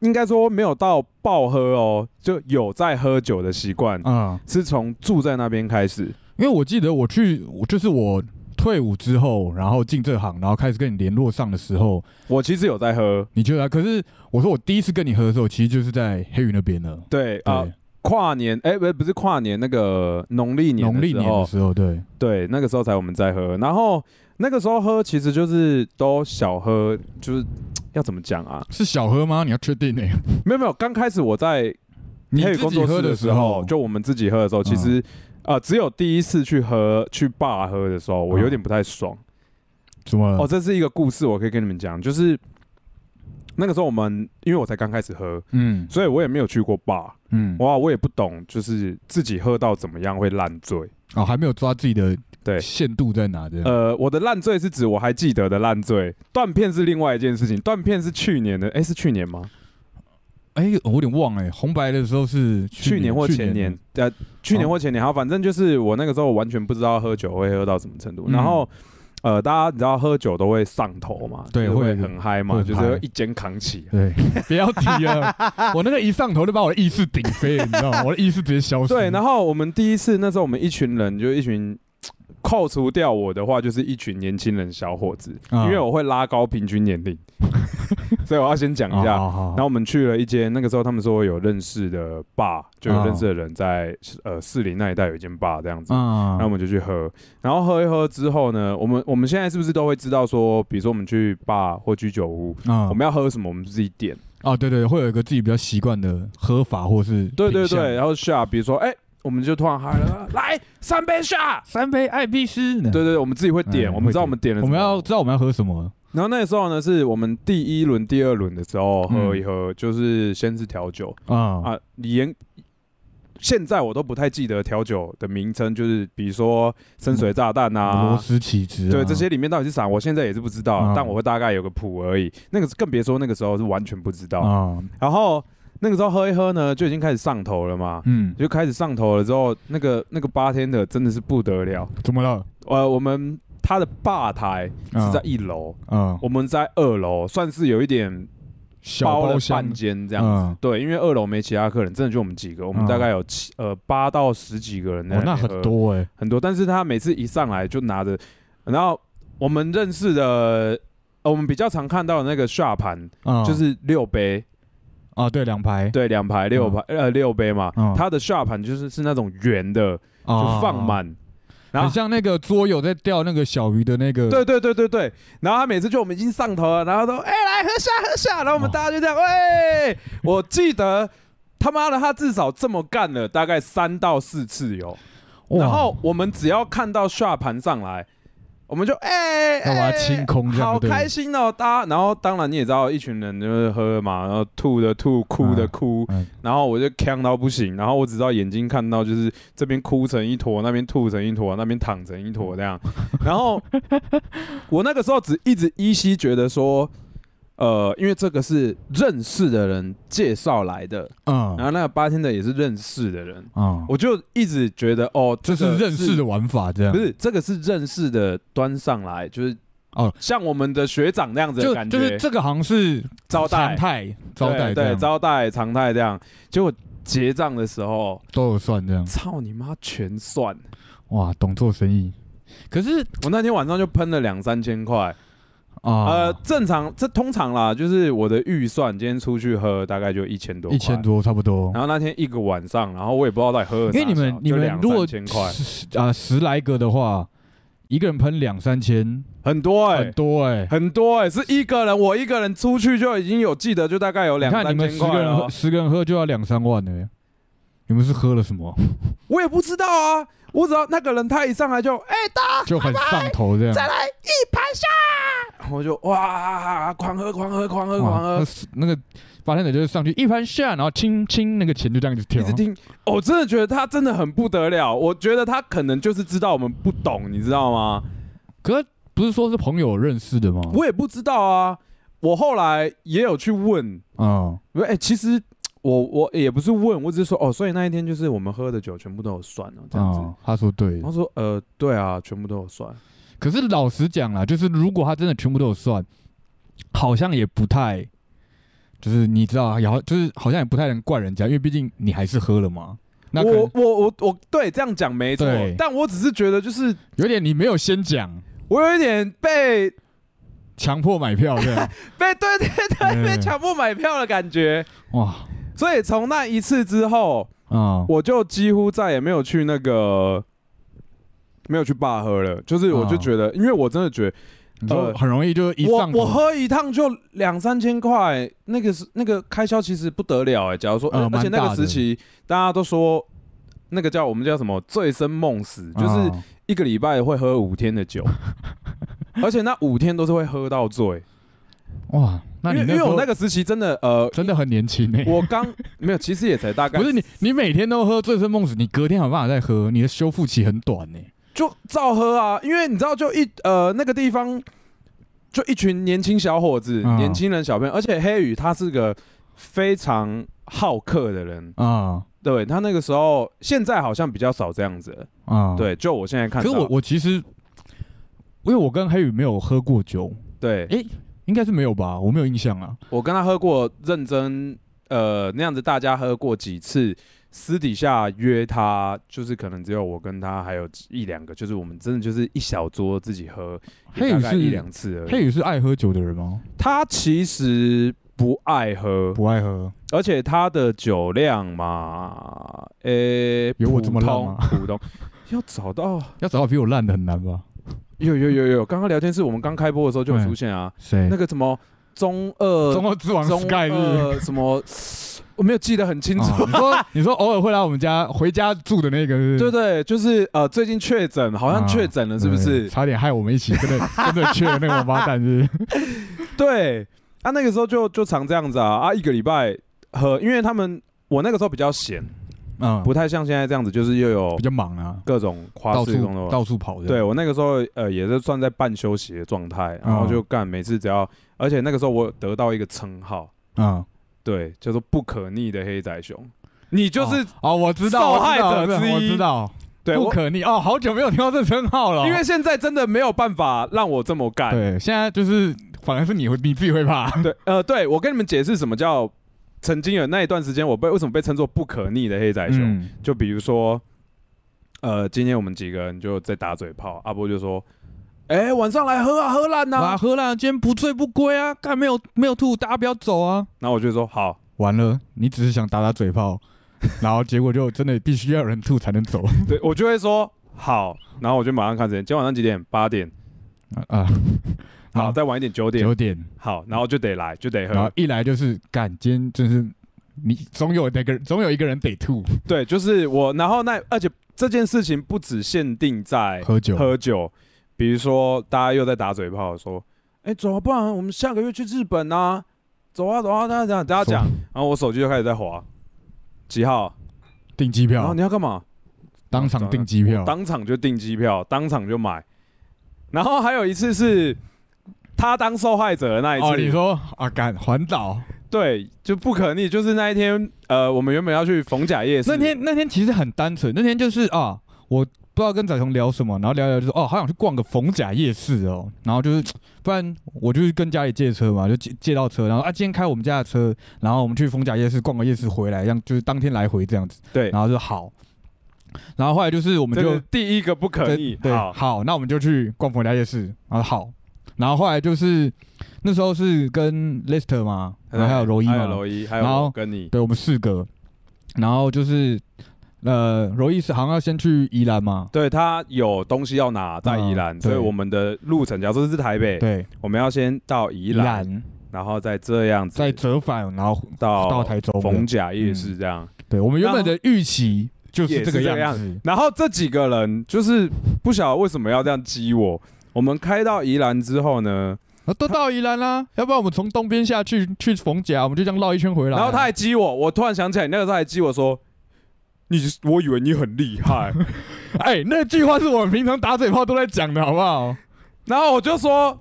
[SPEAKER 2] 应该说没有到暴喝哦，就有在喝酒的习惯，
[SPEAKER 1] 啊、
[SPEAKER 2] 是从住在那边开始。
[SPEAKER 1] 因为我记得我去，我就是我退伍之后，然后进这行，然后开始跟你联络上的时候，
[SPEAKER 2] 我其实有在喝，
[SPEAKER 1] 你就来。可是我说我第一次跟你喝的时候，其实就是在黑云那边了。
[SPEAKER 2] 对
[SPEAKER 1] 对
[SPEAKER 2] 啊、，跨年哎，不、是不是跨年，那个农历年
[SPEAKER 1] 农
[SPEAKER 2] 的
[SPEAKER 1] 历
[SPEAKER 2] 时
[SPEAKER 1] 年的
[SPEAKER 2] 候，
[SPEAKER 1] 时候，对，
[SPEAKER 2] 对，那个时候才我们在喝。然后那个时候喝其实就是都小喝，就是嘖要怎么讲啊？
[SPEAKER 1] 是小喝吗？你要确定呢、
[SPEAKER 2] 没有没有，刚开始我在
[SPEAKER 1] 你
[SPEAKER 2] 黑羽
[SPEAKER 1] 自
[SPEAKER 2] 工
[SPEAKER 1] 己
[SPEAKER 2] 作室
[SPEAKER 1] 喝的
[SPEAKER 2] 时
[SPEAKER 1] 时候，
[SPEAKER 2] 就我们自己喝的时候，其
[SPEAKER 1] 嗯
[SPEAKER 2] 实呃，只有第一次去喝去爸喝的时候，我有
[SPEAKER 1] 嗯
[SPEAKER 2] 点不太爽。
[SPEAKER 1] 怎么了？
[SPEAKER 2] 哦，这是一个故事，我可以跟你们讲，就是那个时候我们因为我才刚开始喝，
[SPEAKER 1] 嗯
[SPEAKER 2] 所以我也没有去过 bar，
[SPEAKER 1] 嗯，
[SPEAKER 2] 哇，我也不懂，就是自己喝到怎么样会烂醉。
[SPEAKER 1] 哦，还没有抓自己的
[SPEAKER 2] 对
[SPEAKER 1] 限度在哪这样。
[SPEAKER 2] 呃，我的烂醉是指我还记得的烂醉，断片是另外一件事情，断片是去年的，哎、是去年吗？
[SPEAKER 1] 哎、我有点忘了，红白的时候是
[SPEAKER 2] 去年或前
[SPEAKER 1] 年哦
[SPEAKER 2] 年，，呃，去年或前年，好，反正就是我那个时候完全不知道喝酒会喝到什么程度，
[SPEAKER 1] 嗯
[SPEAKER 2] 然后。呃，大家你知道喝酒都会上头嘛，
[SPEAKER 1] 对
[SPEAKER 2] 就是会
[SPEAKER 1] 会
[SPEAKER 2] 很嗨
[SPEAKER 1] 会
[SPEAKER 2] 嘛，
[SPEAKER 1] 很
[SPEAKER 2] 就是
[SPEAKER 1] 嗨
[SPEAKER 2] 会一肩扛起，啊
[SPEAKER 1] 对，不要提 了，我那个一上头就把我的意识顶飞了，你知道吗？我的意识直接消失。
[SPEAKER 2] 对，然后我们第一次那时候我们一群人就一群，扣除掉我的话就是一群年轻人小伙子，
[SPEAKER 1] 啊
[SPEAKER 2] 因为我会拉高平均 年龄，所以我要先讲一下。
[SPEAKER 1] 哦好好
[SPEAKER 2] 然后我们去了一间，那个时候他们说有认识的 bar，就有认识的人在、呃士林那一带有一间 bar 这样子，
[SPEAKER 1] 啊
[SPEAKER 2] 然后我们就去喝，然后喝一喝之后呢，我们我们现在是不是都会知道说，比如说我们去 bar 或居酒屋，
[SPEAKER 1] 啊
[SPEAKER 2] 我们要喝什么，我们自己点。
[SPEAKER 1] 哦，对对，会有一个自己比较习惯的喝法或是
[SPEAKER 2] 对对
[SPEAKER 1] 品相
[SPEAKER 2] 对，，然后下比如说，哎、我们就突然嗨了，来三杯下。
[SPEAKER 1] 三杯艾必斯，
[SPEAKER 2] 对对，对我们自己会点，
[SPEAKER 1] 嗯
[SPEAKER 2] 我们知道
[SPEAKER 1] 会
[SPEAKER 2] 我们点了什
[SPEAKER 1] 我
[SPEAKER 2] 么，
[SPEAKER 1] 们要知道我们要喝什么，
[SPEAKER 2] 然后那时候呢，是我们第一轮、第二轮的时候喝
[SPEAKER 1] 嗯
[SPEAKER 2] 一喝，就是先是调酒
[SPEAKER 1] 啊，
[SPEAKER 2] 啊，盐。现在我都不太记得调酒的名称，就是比如说深水炸弹
[SPEAKER 1] 螺
[SPEAKER 2] 啊，
[SPEAKER 1] 丝起子啊，
[SPEAKER 2] 对，这些里面到底是啥，我现在也是不知道，
[SPEAKER 1] 啊
[SPEAKER 2] 但我会大概有个谱而已。那个更别说那个时候是完全不知道。
[SPEAKER 1] 啊，
[SPEAKER 2] 然后那个时候喝一喝呢，就已经开始上头了嘛，
[SPEAKER 1] 嗯，
[SPEAKER 2] 就开始上头了之后，那个那个八天的真的是不得了。
[SPEAKER 1] 怎么了？
[SPEAKER 2] 呃，我们他的吧台是在一楼，
[SPEAKER 1] 啊，
[SPEAKER 2] 我们在二楼，算是有一点
[SPEAKER 1] 小
[SPEAKER 2] 包
[SPEAKER 1] 包
[SPEAKER 2] 了半
[SPEAKER 1] 厢嗯啊
[SPEAKER 2] 间
[SPEAKER 1] 这
[SPEAKER 2] 这样。
[SPEAKER 1] 样，
[SPEAKER 2] 对，因为二楼没其他客人，真的就我们几个，我们
[SPEAKER 1] 嗯
[SPEAKER 2] 大概有七呃八到十几个人在
[SPEAKER 1] 哦，那
[SPEAKER 2] 里
[SPEAKER 1] 很
[SPEAKER 2] 喝
[SPEAKER 1] 多哎，
[SPEAKER 2] 很多。但是他每次一上来就拿着，然后我们认识的，呃，我们比较常看到的那个下盘、
[SPEAKER 1] 啊，
[SPEAKER 2] 就是六杯，
[SPEAKER 1] 啊，对，两排，
[SPEAKER 2] 对，两排六排、呃六杯嘛，
[SPEAKER 1] 嗯
[SPEAKER 2] 它的下盘就是是那种圆的，就
[SPEAKER 1] 啊
[SPEAKER 2] 放，满。然后
[SPEAKER 1] 很像那个桌游在钓那个小鱼的那个，
[SPEAKER 2] 对对对对对，然后他每次就我们已经上头了，然后说：“哎、来喝下喝下。”然后我们
[SPEAKER 1] 哦
[SPEAKER 2] 大家就这样，喂、我记得他妈的，他至少这么干了大概三到四次有。
[SPEAKER 1] 哇，
[SPEAKER 2] 然后我们只要看到下盘上来，我们就哎，
[SPEAKER 1] 要把它
[SPEAKER 2] 哎
[SPEAKER 1] 清空这样
[SPEAKER 2] 好
[SPEAKER 1] 对
[SPEAKER 2] 开心哦，大家。然后当然你也知道，一群人就是喝嘛，然后吐的吐，哭的哭，
[SPEAKER 1] 嗯
[SPEAKER 2] 然后我就呛到不行，然后我只知道眼睛看到就是这边哭成一坨，那边吐成一坨，那边躺成一坨这样。然后我那个时候只一直依稀觉得说，呃，因为这个是认识的人介绍来的，然
[SPEAKER 1] 嗯
[SPEAKER 2] 后那个八天的也是认识的人，
[SPEAKER 1] 嗯，
[SPEAKER 2] 我就一直觉得哦，
[SPEAKER 1] 这
[SPEAKER 2] 个
[SPEAKER 1] 是认识的玩法这样
[SPEAKER 2] 不，是，这个是认识的端上来，就是
[SPEAKER 1] 哦
[SPEAKER 2] 像我们的学长那样子的
[SPEAKER 1] 就
[SPEAKER 2] 感觉，
[SPEAKER 1] 就是这个好像是
[SPEAKER 2] 招
[SPEAKER 1] 常
[SPEAKER 2] 待、
[SPEAKER 1] 态招待这
[SPEAKER 2] 对对
[SPEAKER 1] 样
[SPEAKER 2] 招待、常态这样。结果结账的时候，
[SPEAKER 1] 都有算这样，
[SPEAKER 2] 操你妈，全算！
[SPEAKER 1] 哇，懂做生意，可是
[SPEAKER 2] 我那天晚上就喷了两三千块，
[SPEAKER 1] 啊
[SPEAKER 2] 呃，，正常这通常啦，就是我的预算，今天出去喝大概就一千多，
[SPEAKER 1] 一千。多差不多，
[SPEAKER 2] 然后那天一个晚上，然后我也不知道在喝了啥
[SPEAKER 1] 因
[SPEAKER 2] 小，
[SPEAKER 1] 为你们你
[SPEAKER 2] 就
[SPEAKER 1] 们
[SPEAKER 2] 两
[SPEAKER 1] 如果
[SPEAKER 2] 三千块
[SPEAKER 1] 十啊十来个的话，一个人喷两三千，
[SPEAKER 2] 很多哎、
[SPEAKER 1] 很多哎。
[SPEAKER 2] 很多哎、是一个人，我一个人出去就已经有记得，就大概有
[SPEAKER 1] 你
[SPEAKER 2] 两
[SPEAKER 1] 看你
[SPEAKER 2] 三
[SPEAKER 1] 们
[SPEAKER 2] 千
[SPEAKER 1] 十
[SPEAKER 2] 块
[SPEAKER 1] 个人
[SPEAKER 2] 了
[SPEAKER 1] 喝，
[SPEAKER 2] 哦。
[SPEAKER 1] 十个人喝就要两三万呢、你们是喝了什么？
[SPEAKER 2] 我也不知道啊，我只要那个人他一上来就哎、
[SPEAKER 1] 就很上头这样。
[SPEAKER 2] 再来一盘下，我就哇狂喝狂喝狂喝
[SPEAKER 1] 哇
[SPEAKER 2] 狂喝
[SPEAKER 1] 那，是那个发现的就是上去一盘下，然后轻轻那个钱就这样子
[SPEAKER 2] 一
[SPEAKER 1] 跳
[SPEAKER 2] 直。听，哦我真的觉得他真的很不得了，我觉得他可能就是知道我们不懂，你知道吗？
[SPEAKER 1] 可是不是说是朋友认识的吗？
[SPEAKER 2] 我也不知道啊，我后来也有去问，
[SPEAKER 1] 嗯
[SPEAKER 2] 不是哎、其实。我我也不是问，我只是说哦，所以那一天就是我们喝的酒全部都有算哦，这样子。
[SPEAKER 1] 嗯，他说对
[SPEAKER 2] 然。后说呃，对啊，全部都有算。
[SPEAKER 1] 可是老实讲啦，就是如果他真的全部都有算，好像也不太，就是你知道啊，然后就是好像也不太能怪人家，因为毕竟你还是喝了嘛。那可
[SPEAKER 2] 我
[SPEAKER 1] 能
[SPEAKER 2] 我我我对这样讲没错
[SPEAKER 1] 对，
[SPEAKER 2] 但我只是觉得就是
[SPEAKER 1] 有点你没有先讲，
[SPEAKER 2] 我有一点被
[SPEAKER 1] 强迫买票这样。
[SPEAKER 2] 被对对对
[SPEAKER 1] 嗯
[SPEAKER 2] 被强迫买票的感觉，
[SPEAKER 1] 哇
[SPEAKER 2] 所以从那一次之后，
[SPEAKER 1] 啊
[SPEAKER 2] 我就几乎再也没有去那个没有去爸喝了，就是我就
[SPEAKER 1] 哦
[SPEAKER 2] 觉得，因为我真的觉得
[SPEAKER 1] 你说很容易就一
[SPEAKER 2] 我
[SPEAKER 1] 上头
[SPEAKER 2] 呃我喝一趟就两三千块，那个是那个开销其实不得了哎、假如说，
[SPEAKER 1] 呃
[SPEAKER 2] 而
[SPEAKER 1] 蛮
[SPEAKER 2] 且那
[SPEAKER 1] 大
[SPEAKER 2] 个
[SPEAKER 1] 的
[SPEAKER 2] 时期大家都说。那个叫我们叫什么醉生梦死，就是
[SPEAKER 1] 啊
[SPEAKER 2] 一个礼拜会喝五天 的酒，而且那五天都是会喝到醉。
[SPEAKER 1] 哇，那你
[SPEAKER 2] 因为因
[SPEAKER 1] 时
[SPEAKER 2] 为
[SPEAKER 1] 候
[SPEAKER 2] 我那个时期真的 呃，
[SPEAKER 1] 真的很年轻呢、
[SPEAKER 2] 我刚没有，其实也才大概
[SPEAKER 1] 不是你，你每天都喝醉生梦死，你隔天有办法再喝，你的修复期很短欸呢、
[SPEAKER 2] 就照喝啊，因为你知道就一呃那个地方就一群年轻小伙子、
[SPEAKER 1] 嗯
[SPEAKER 2] 年轻人小朋友，而且黑羽他是个非常好客的人，
[SPEAKER 1] 啊
[SPEAKER 2] 对他那个时候现在好像比较少这样子了，
[SPEAKER 1] 啊，。
[SPEAKER 2] 对，就我现在看
[SPEAKER 1] 可是
[SPEAKER 2] 到，
[SPEAKER 1] 我我其实，因为我跟黑羽没有喝过酒，
[SPEAKER 2] 对
[SPEAKER 1] 应该是没有吧，我没有印象啊。
[SPEAKER 2] 我跟他喝过认真呃那样子，大家喝过几次。私底下约他，就是可能只有我跟他，还有一两个，就是我们真的就是一小桌自己喝，
[SPEAKER 1] 黑
[SPEAKER 2] 也大
[SPEAKER 1] 羽
[SPEAKER 2] 概一
[SPEAKER 1] 是
[SPEAKER 2] 两次而已。
[SPEAKER 1] 黑羽是爱喝酒的人吗？
[SPEAKER 2] 他其实不爱喝，
[SPEAKER 1] 不爱喝，
[SPEAKER 2] 而且他的酒量嘛，呃、
[SPEAKER 1] 有我这么烂
[SPEAKER 2] 普通
[SPEAKER 1] 吗
[SPEAKER 2] 普通， 要找到
[SPEAKER 1] 要找到比我烂的很难吧？
[SPEAKER 2] 有有有有，刚刚聊天室我们刚开播的时候就有
[SPEAKER 1] 嗯
[SPEAKER 2] 出现啊，
[SPEAKER 1] 谁？
[SPEAKER 2] 那个什么中二
[SPEAKER 1] 中国之王
[SPEAKER 2] 中
[SPEAKER 1] Sky 日
[SPEAKER 2] 二什么我没有记得很清楚。
[SPEAKER 1] 啊你说你说偶尔会来我们家回家住的那个是不是，
[SPEAKER 2] 对对，就是呃，最近确诊，好像
[SPEAKER 1] 啊
[SPEAKER 2] 确诊了，是不是
[SPEAKER 1] 对？差点害我们一起真 的真的缺了那个王八蛋，是不是？
[SPEAKER 2] 对，啊，那个时候就就常这样子啊，啊，一个礼拜和，因为他们我那个时候比较闲，
[SPEAKER 1] 嗯，
[SPEAKER 2] 不太像现在这样子，就是又有
[SPEAKER 1] 比较忙啊，
[SPEAKER 2] 各种花
[SPEAKER 1] 到
[SPEAKER 2] 式
[SPEAKER 1] 处
[SPEAKER 2] 工作。
[SPEAKER 1] 到处跑的。
[SPEAKER 2] 对我那个时候呃也是算在半休息的状态，然后
[SPEAKER 1] 嗯
[SPEAKER 2] 就干，每次只要，而且那个时候我有得到一个称号，
[SPEAKER 1] 嗯，
[SPEAKER 2] 对，叫做不可逆的黑仔熊。你就是、
[SPEAKER 1] 哦，我知道，
[SPEAKER 2] 受害者
[SPEAKER 1] 我知道
[SPEAKER 2] 之一
[SPEAKER 1] 我知道，
[SPEAKER 2] 对
[SPEAKER 1] 不
[SPEAKER 2] 我，
[SPEAKER 1] 可逆哦，好久没有听到这称号了哦，
[SPEAKER 2] 因为现在真的没有办法让我这么干。
[SPEAKER 1] 对，现在就是反而是你会你自己会怕，
[SPEAKER 2] 对，呃，对我跟你们解释什么叫曾经有那一段时间，我被为什么被称作不可逆的黑仔熊？
[SPEAKER 1] 嗯
[SPEAKER 2] 就比如说，呃，今天我们几个人就在打嘴炮，阿波就说：“哎、晚上来喝啊，喝烂呐、
[SPEAKER 1] 啊，荷兰今天不醉不归啊，干没有没有吐，大家不要走啊。
[SPEAKER 2] 然后我就说：“好。
[SPEAKER 1] 完了，你只是想打打嘴炮， 然后结果就真的必须要有人吐才能走
[SPEAKER 2] 对”我就会说：“好。”然后我就马上看时间，今天晚上几点？八点。
[SPEAKER 1] 啊。
[SPEAKER 2] 好，再晚一点九点。
[SPEAKER 1] 九点，嗯
[SPEAKER 2] 好，然后就得来，就得
[SPEAKER 1] 然后
[SPEAKER 2] 喝。
[SPEAKER 1] 一来就是干，今天真是你总有那个人总有一个人得吐，
[SPEAKER 2] 对，就是我。然后那而且这件事情不只限定在
[SPEAKER 1] 哎喝酒，
[SPEAKER 2] 喝酒，比如说大家又在打嘴炮，说：“哎、走啊，不然我们下个月去日本啊，走啊走啊。”大家讲，大家讲，然后我手机就开始在滑，几号？
[SPEAKER 1] 订机
[SPEAKER 2] 然后
[SPEAKER 1] 票
[SPEAKER 2] 你，要干嘛？
[SPEAKER 1] 当场订机票，
[SPEAKER 2] 当场就订机票，当场就买。然后还有一次是他当受害者的那一次，
[SPEAKER 1] 哦，你说啊干环岛
[SPEAKER 2] 对，就不可逆，就是那一天，呃，我们原本要去逢甲夜市，
[SPEAKER 1] 那天那天其实很单纯，那天就是啊，我不知道跟仔彤聊什么，然后聊一聊就是哦，好想去逛个逢甲夜市哦，然后就是不然我就是跟家里借车嘛，就借借到车，然后啊今天开我们家的车，然后我们去逢甲夜市逛个夜市回来，这样就是当天来回这样子，
[SPEAKER 2] 对，
[SPEAKER 1] 然后就好，然后后来就是我们
[SPEAKER 2] 这
[SPEAKER 1] 就是
[SPEAKER 2] 第一个不可
[SPEAKER 1] 对
[SPEAKER 2] 逆，
[SPEAKER 1] 对，
[SPEAKER 2] 好，
[SPEAKER 1] 那我们就去逛逢甲夜市，然后好，然后后来就是那时候是跟 Lester 嘛，然后还有柔一
[SPEAKER 2] 哎还
[SPEAKER 1] 嘛，
[SPEAKER 2] 有柔一，还
[SPEAKER 1] 然
[SPEAKER 2] 有
[SPEAKER 1] 后
[SPEAKER 2] 我跟你，
[SPEAKER 1] 对我们四个，然后就是呃，柔毅是好像要先去宜兰嘛，
[SPEAKER 2] 对他有东西要拿在宜兰，
[SPEAKER 1] 嗯
[SPEAKER 2] 所以
[SPEAKER 1] 对
[SPEAKER 2] 我们的路程，假如说是台北，
[SPEAKER 1] 对，
[SPEAKER 2] 我们要先到宜
[SPEAKER 1] 宜
[SPEAKER 2] 兰，
[SPEAKER 1] 兰
[SPEAKER 2] 然后再这样子
[SPEAKER 1] 再折返，然后
[SPEAKER 2] 到
[SPEAKER 1] 到台中嗯的。
[SPEAKER 2] 逢甲夜市这样。
[SPEAKER 1] 对我们原本的预期就
[SPEAKER 2] 也
[SPEAKER 1] 是这
[SPEAKER 2] 是
[SPEAKER 1] 个
[SPEAKER 2] 这个
[SPEAKER 1] 样
[SPEAKER 2] 样
[SPEAKER 1] 子，
[SPEAKER 2] 然后这几个人就是不晓得为什么要这样激我。我们开到宜兰之后呢，
[SPEAKER 1] 啊都到宜兰啦，要不然我们从东边下去去逢甲，我们就这样绕一圈回来。
[SPEAKER 2] 然后他还激我，我突然想起来，你那个时候还激我说：“你我以为你很厉 害。
[SPEAKER 1] 哎，那句话是我们平常打嘴炮都在讲的，好不好？”
[SPEAKER 2] 然后我就说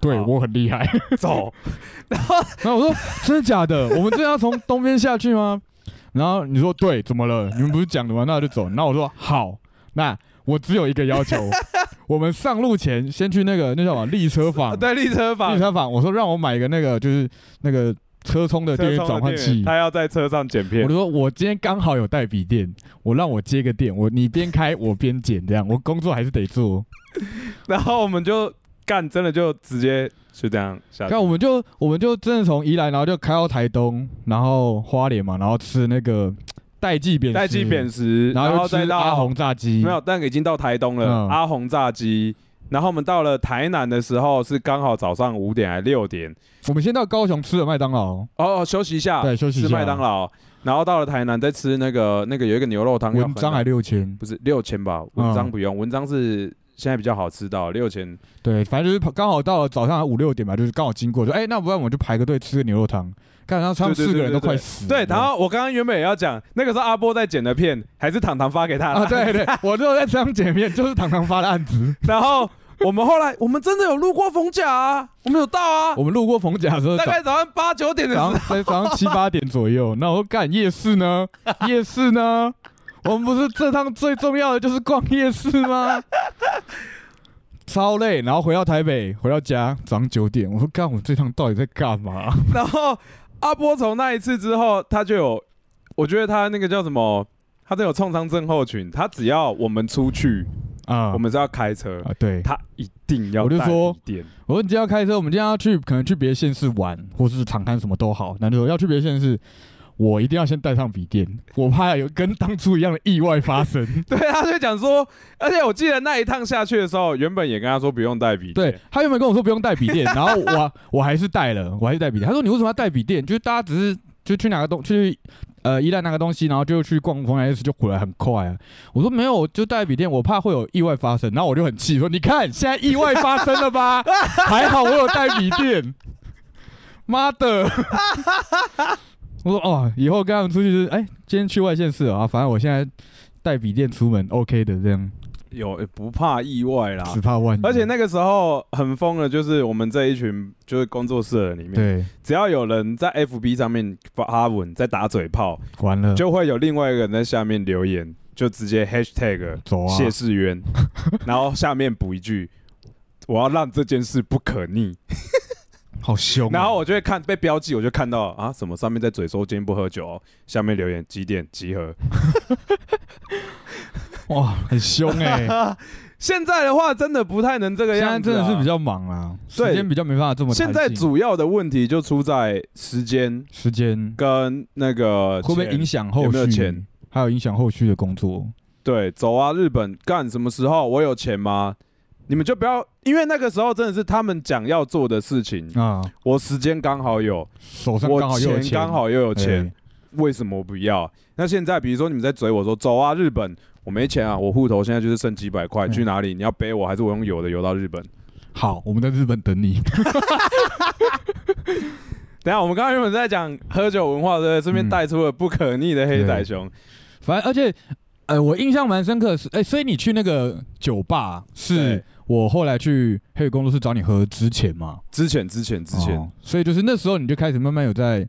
[SPEAKER 1] 对
[SPEAKER 2] 好
[SPEAKER 1] 我很厉害。：“
[SPEAKER 2] 走。
[SPEAKER 1] 然后我说：“真的假的？我们真的要从东边下去吗？”然后你说：“对，怎么了？你们不是讲了吗？那我就走。”那我说：“好，那我只有一个要求，我们上路前先去那个那叫什么立车坊，”
[SPEAKER 2] 对，立车
[SPEAKER 1] 立
[SPEAKER 2] 坊
[SPEAKER 1] 车坊。我说让我买一个那个就是那个车充的电源
[SPEAKER 2] 车
[SPEAKER 1] 转
[SPEAKER 2] 窗的
[SPEAKER 1] 换
[SPEAKER 2] 店
[SPEAKER 1] 器
[SPEAKER 2] 员。他要在车上剪
[SPEAKER 1] 我
[SPEAKER 2] 片
[SPEAKER 1] 就。说我今天刚好有带笔电，我让我接个电，我你边开我边剪，这样我工作还是得做。
[SPEAKER 2] 然后我们就干，真的就直接就这样下去
[SPEAKER 1] 看，。我们就我们就真的从宜兰，然后就开到台东，然后花莲嘛，然后吃那 个代记扁食
[SPEAKER 2] 代记扁食，
[SPEAKER 1] 然
[SPEAKER 2] 然
[SPEAKER 1] 后
[SPEAKER 2] 后
[SPEAKER 1] 又吃
[SPEAKER 2] 再到
[SPEAKER 1] 阿红炸鸡，
[SPEAKER 2] 没有，但已经到台东了。
[SPEAKER 1] 嗯
[SPEAKER 2] 阿红炸鸡，然后我们到了台南的时候是刚好早上五点还六点，
[SPEAKER 1] 我们先到高雄吃了麦当劳，
[SPEAKER 2] 哦，哦休息一下，
[SPEAKER 1] 对，休息一
[SPEAKER 2] 吃
[SPEAKER 1] 下。
[SPEAKER 2] 麦当劳，然后到了台南再吃那个那个有一个牛肉汤，
[SPEAKER 1] 文章还
[SPEAKER 2] 还
[SPEAKER 1] 六千，
[SPEAKER 2] 不是六千吧？文章
[SPEAKER 1] 嗯
[SPEAKER 2] 不用，文章是现在比较好吃到六千，
[SPEAKER 1] 对，反正就是刚好到了早上五六点吧，就是刚好经过，说哎、那不然我们就排个队吃个牛肉汤，看然后他们
[SPEAKER 2] 对对
[SPEAKER 1] 四个
[SPEAKER 2] 对
[SPEAKER 1] 人
[SPEAKER 2] 对
[SPEAKER 1] 都快死了
[SPEAKER 2] 对，然后我刚刚原本也要讲，那个时候阿波在剪的片，还是糖糖发给他的
[SPEAKER 1] 啊，对 对，我都有在这张剪片，就是糖糖发的案子。
[SPEAKER 2] 然后我们后来我们真的有路过逢甲啊，我们有到啊，
[SPEAKER 1] 我们路过逢甲的时候，
[SPEAKER 2] 大
[SPEAKER 1] 早
[SPEAKER 2] 概早上八九点的时
[SPEAKER 1] 早
[SPEAKER 2] 候，
[SPEAKER 1] 上在早上七八点左右，那我说干夜市呢？夜市呢？ 我们不是这趟最重要的就是逛夜市吗？超累，然后回到台北，回到家早上九点，我说干，我这趟到底在干嘛？
[SPEAKER 2] 然后阿波从那一次之后，他就有，我觉得他那个叫什么，他都有创伤症候群。他只要我们出去，
[SPEAKER 1] 啊、
[SPEAKER 2] 我们是要开车，
[SPEAKER 1] 啊，对，
[SPEAKER 2] 他一定要
[SPEAKER 1] 我就
[SPEAKER 2] 带
[SPEAKER 1] 说
[SPEAKER 2] 一点。
[SPEAKER 1] 我说你今天要开车，我们今天要去，可能去别的县市玩，或是长滩什么都好。那就说要去别的县市，我一定要先带上笔电，我怕有跟当初一样的意外发生。
[SPEAKER 2] 对，他就讲说，而且我记得那一趟下去的时候，原本也跟他说不用带笔。
[SPEAKER 1] 对，他 原本跟我说不用带笔电，然后我我还是带了，我还是带笔电。他说你为什么要带笔电？就是大家只是就去哪个东去呃宜兰拿个东西，然后就去逛风来 S 就回来很快啊。我说没有，就带笔电，我怕会有意外发生。然后我就很气，说你看现在意外发生了 吧？还好我有带笔电，妈的！ 我说哦，以后跟他们出去就是，哎、今天去外县市啊，反正我现在带笔电出门，OK 的这样，
[SPEAKER 2] 有欸不怕意外啦。
[SPEAKER 1] 只怕万一。
[SPEAKER 2] 而且那个时候很疯的，就是我们这一群就是工作室的人里面，
[SPEAKER 1] 对，
[SPEAKER 2] 只要有人在 FB 上面发文在打嘴炮，
[SPEAKER 1] 完了
[SPEAKER 2] 就会有另外一个人在下面留言，就直接 hashtag
[SPEAKER 1] 走啊，
[SPEAKER 2] 谢世 渊，然后下面补一句。我要让这件事不可逆，
[SPEAKER 1] 好凶啊、
[SPEAKER 2] 然后我就会看被标记，我就看到啊什么上面在嘴说今天不喝酒、哦，下面留言几点集合，
[SPEAKER 1] 哇，很凶哎、
[SPEAKER 2] 现在的话真的不太能这个
[SPEAKER 1] 现
[SPEAKER 2] 样
[SPEAKER 1] 在
[SPEAKER 2] 子
[SPEAKER 1] 真
[SPEAKER 2] 啊、
[SPEAKER 1] 的是比较忙啦，
[SPEAKER 2] 对
[SPEAKER 1] 时间比较没办法这么弹
[SPEAKER 2] 现
[SPEAKER 1] 性。
[SPEAKER 2] 在主要的问题就出在时间
[SPEAKER 1] 时间
[SPEAKER 2] 跟那个
[SPEAKER 1] 会不会
[SPEAKER 2] 钱
[SPEAKER 1] 影响后续？
[SPEAKER 2] 有没有钱
[SPEAKER 1] 还有影响后续的工作。
[SPEAKER 2] 对，走啊，日本干什么时候？我有钱吗？你们就不要，因为那个时候真的是他们讲要做的事情，
[SPEAKER 1] 啊，
[SPEAKER 2] 我时间刚好有，
[SPEAKER 1] 手上刚
[SPEAKER 2] 我
[SPEAKER 1] 好又有
[SPEAKER 2] 钱
[SPEAKER 1] 钱，
[SPEAKER 2] 刚好又有钱，
[SPEAKER 1] 哎
[SPEAKER 2] 为什么我不要？那现在比如说你们在追我说走啊，日本，我没钱啊，我户头现在就是剩几百块，
[SPEAKER 1] 嗯
[SPEAKER 2] 去哪里？你要背我还是我用游的游到日本？
[SPEAKER 1] 好，我们在日本等你。
[SPEAKER 2] 等一下，我们刚刚原本在讲喝酒文化，对不对？顺便
[SPEAKER 1] 嗯
[SPEAKER 2] 带出了不可逆的黑仔
[SPEAKER 1] 对
[SPEAKER 2] 熊，
[SPEAKER 1] 反正而且，呃，我印象蛮深刻的是，哎、所以你去那个酒吧，是
[SPEAKER 2] 对
[SPEAKER 1] 我后来去黑羽工作室找你喝之前嘛？
[SPEAKER 2] 之前之前之前，
[SPEAKER 1] 哦所以就是那时候你就开始慢慢有在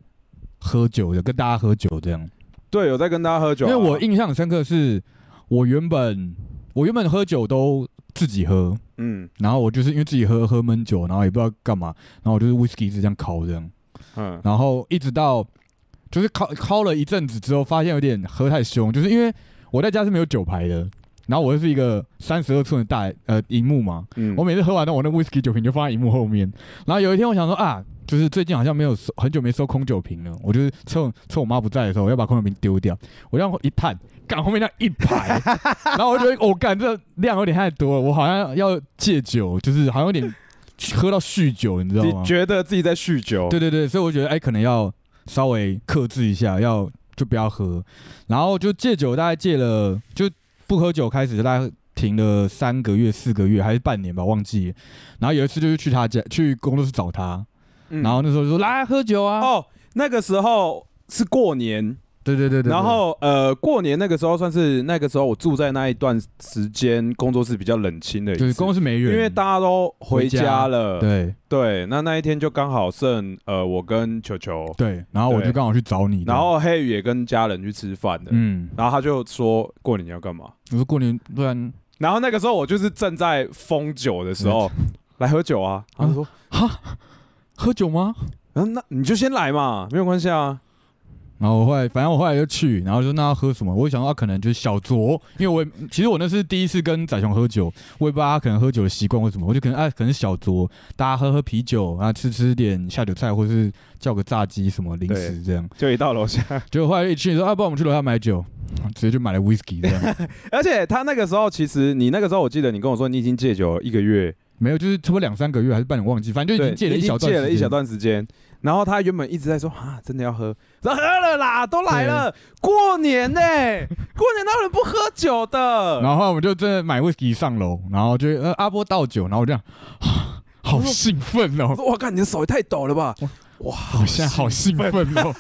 [SPEAKER 1] 喝酒的，跟大家喝酒这样。
[SPEAKER 2] 对，有在跟大家喝酒
[SPEAKER 1] 因
[SPEAKER 2] 啊、
[SPEAKER 1] 为我印象很深刻是，我原本我原本喝酒都自己喝，
[SPEAKER 2] 嗯
[SPEAKER 1] 然后我就是因为自己喝喝闷酒，然后也不知道干嘛，然后我就是 whisky 一直这样烤这样，
[SPEAKER 2] 嗯
[SPEAKER 1] 然后一直到就是烤烤了一阵子之后，发现有点喝太凶，就是因为我在家是没有酒牌的，然后我就是一个三十二寸的大呃荧幕嘛，
[SPEAKER 2] 嗯，
[SPEAKER 1] 我每次喝完了我那 whisky 酒瓶就放在荧幕后面，然后有一天我想说啊，就是最近好像没有收很久没收空酒瓶了，我就是趁趁我妈不在的时候，我要把空酒瓶丢掉，我这样一探，干后面那一排，然后我就觉得我哦干、这量有点太多了，我好像要戒酒，就是好像有点喝到酗酒，你知道吗
[SPEAKER 2] 你？觉得自己在酗酒？
[SPEAKER 1] 对对对，所以我觉得哎、可能要稍微克制一下，要就不要喝，然后就戒酒，大概戒了就不喝酒开始，就大概停了三个月、四个月还是半年吧，忘记了。然后有一次就是去他家，去工作室找他，
[SPEAKER 2] 嗯
[SPEAKER 1] 然后那时候就说来喝酒啊，
[SPEAKER 2] 哦，那个时候是过年，
[SPEAKER 1] 对对对对，对
[SPEAKER 2] 然后呃，过年那个时候算是那个时候我住在那一段时间，工作室比较冷清的一次，
[SPEAKER 1] 就是工作室没
[SPEAKER 2] 因
[SPEAKER 1] 人，
[SPEAKER 2] 为大家都回家了，
[SPEAKER 1] 对
[SPEAKER 2] 对那那一天就刚好剩呃我跟球球，
[SPEAKER 1] 对，然后我就
[SPEAKER 2] 对
[SPEAKER 1] 刚好去找你，
[SPEAKER 2] 然后黑羽也跟家人去吃饭的，
[SPEAKER 1] 嗯，
[SPEAKER 2] 然后他就说过年你要干嘛？
[SPEAKER 1] 我说过年啊不然
[SPEAKER 2] 然后那个时候我就是正在疯酒的 时候，
[SPEAKER 1] 嗯
[SPEAKER 2] 来喝酒啊，他就说，
[SPEAKER 1] 喝酒吗？
[SPEAKER 2] 嗯、那你就先来嘛，没有关系啊，
[SPEAKER 1] 然后我后来，反正我后来就去，然后就那要喝什么，我想到啊可能就是小酌，因为我也其实我那是第一次跟仔雄喝酒，我也不知道他可能喝酒的习惯或什么，我就可能哎、可能小酌，大家喝喝啤酒，然后吃吃点下酒菜，或是叫个炸鸡什么零食这样。
[SPEAKER 2] 就一到楼下。
[SPEAKER 1] 结果后来一去说啊，不然我们去楼下买酒，直接就买了 whisky 这样，
[SPEAKER 2] 而且他那个时候，其实你那个时候，我记得你跟我说你已经戒酒了一个月，
[SPEAKER 1] 没有就是差不多两三个月还是半年忘记，反正就已经
[SPEAKER 2] 对，
[SPEAKER 1] 戒
[SPEAKER 2] 你
[SPEAKER 1] 了
[SPEAKER 2] 已
[SPEAKER 1] 一小段
[SPEAKER 2] 经戒
[SPEAKER 1] 时
[SPEAKER 2] 了
[SPEAKER 1] 间
[SPEAKER 2] 一小段时间。然后他原本一直在说啊，真的要喝，说喝了啦，都来了，过年呢、过年哪有人不喝酒的？
[SPEAKER 1] 然后后来我们就真的买 whisky 上楼，然后就呃阿波倒酒，然后我这样，啊 好兴奋哦
[SPEAKER 2] 我，说我靠，你的手也太抖了吧！哇，
[SPEAKER 1] 我现在好兴奋 哦，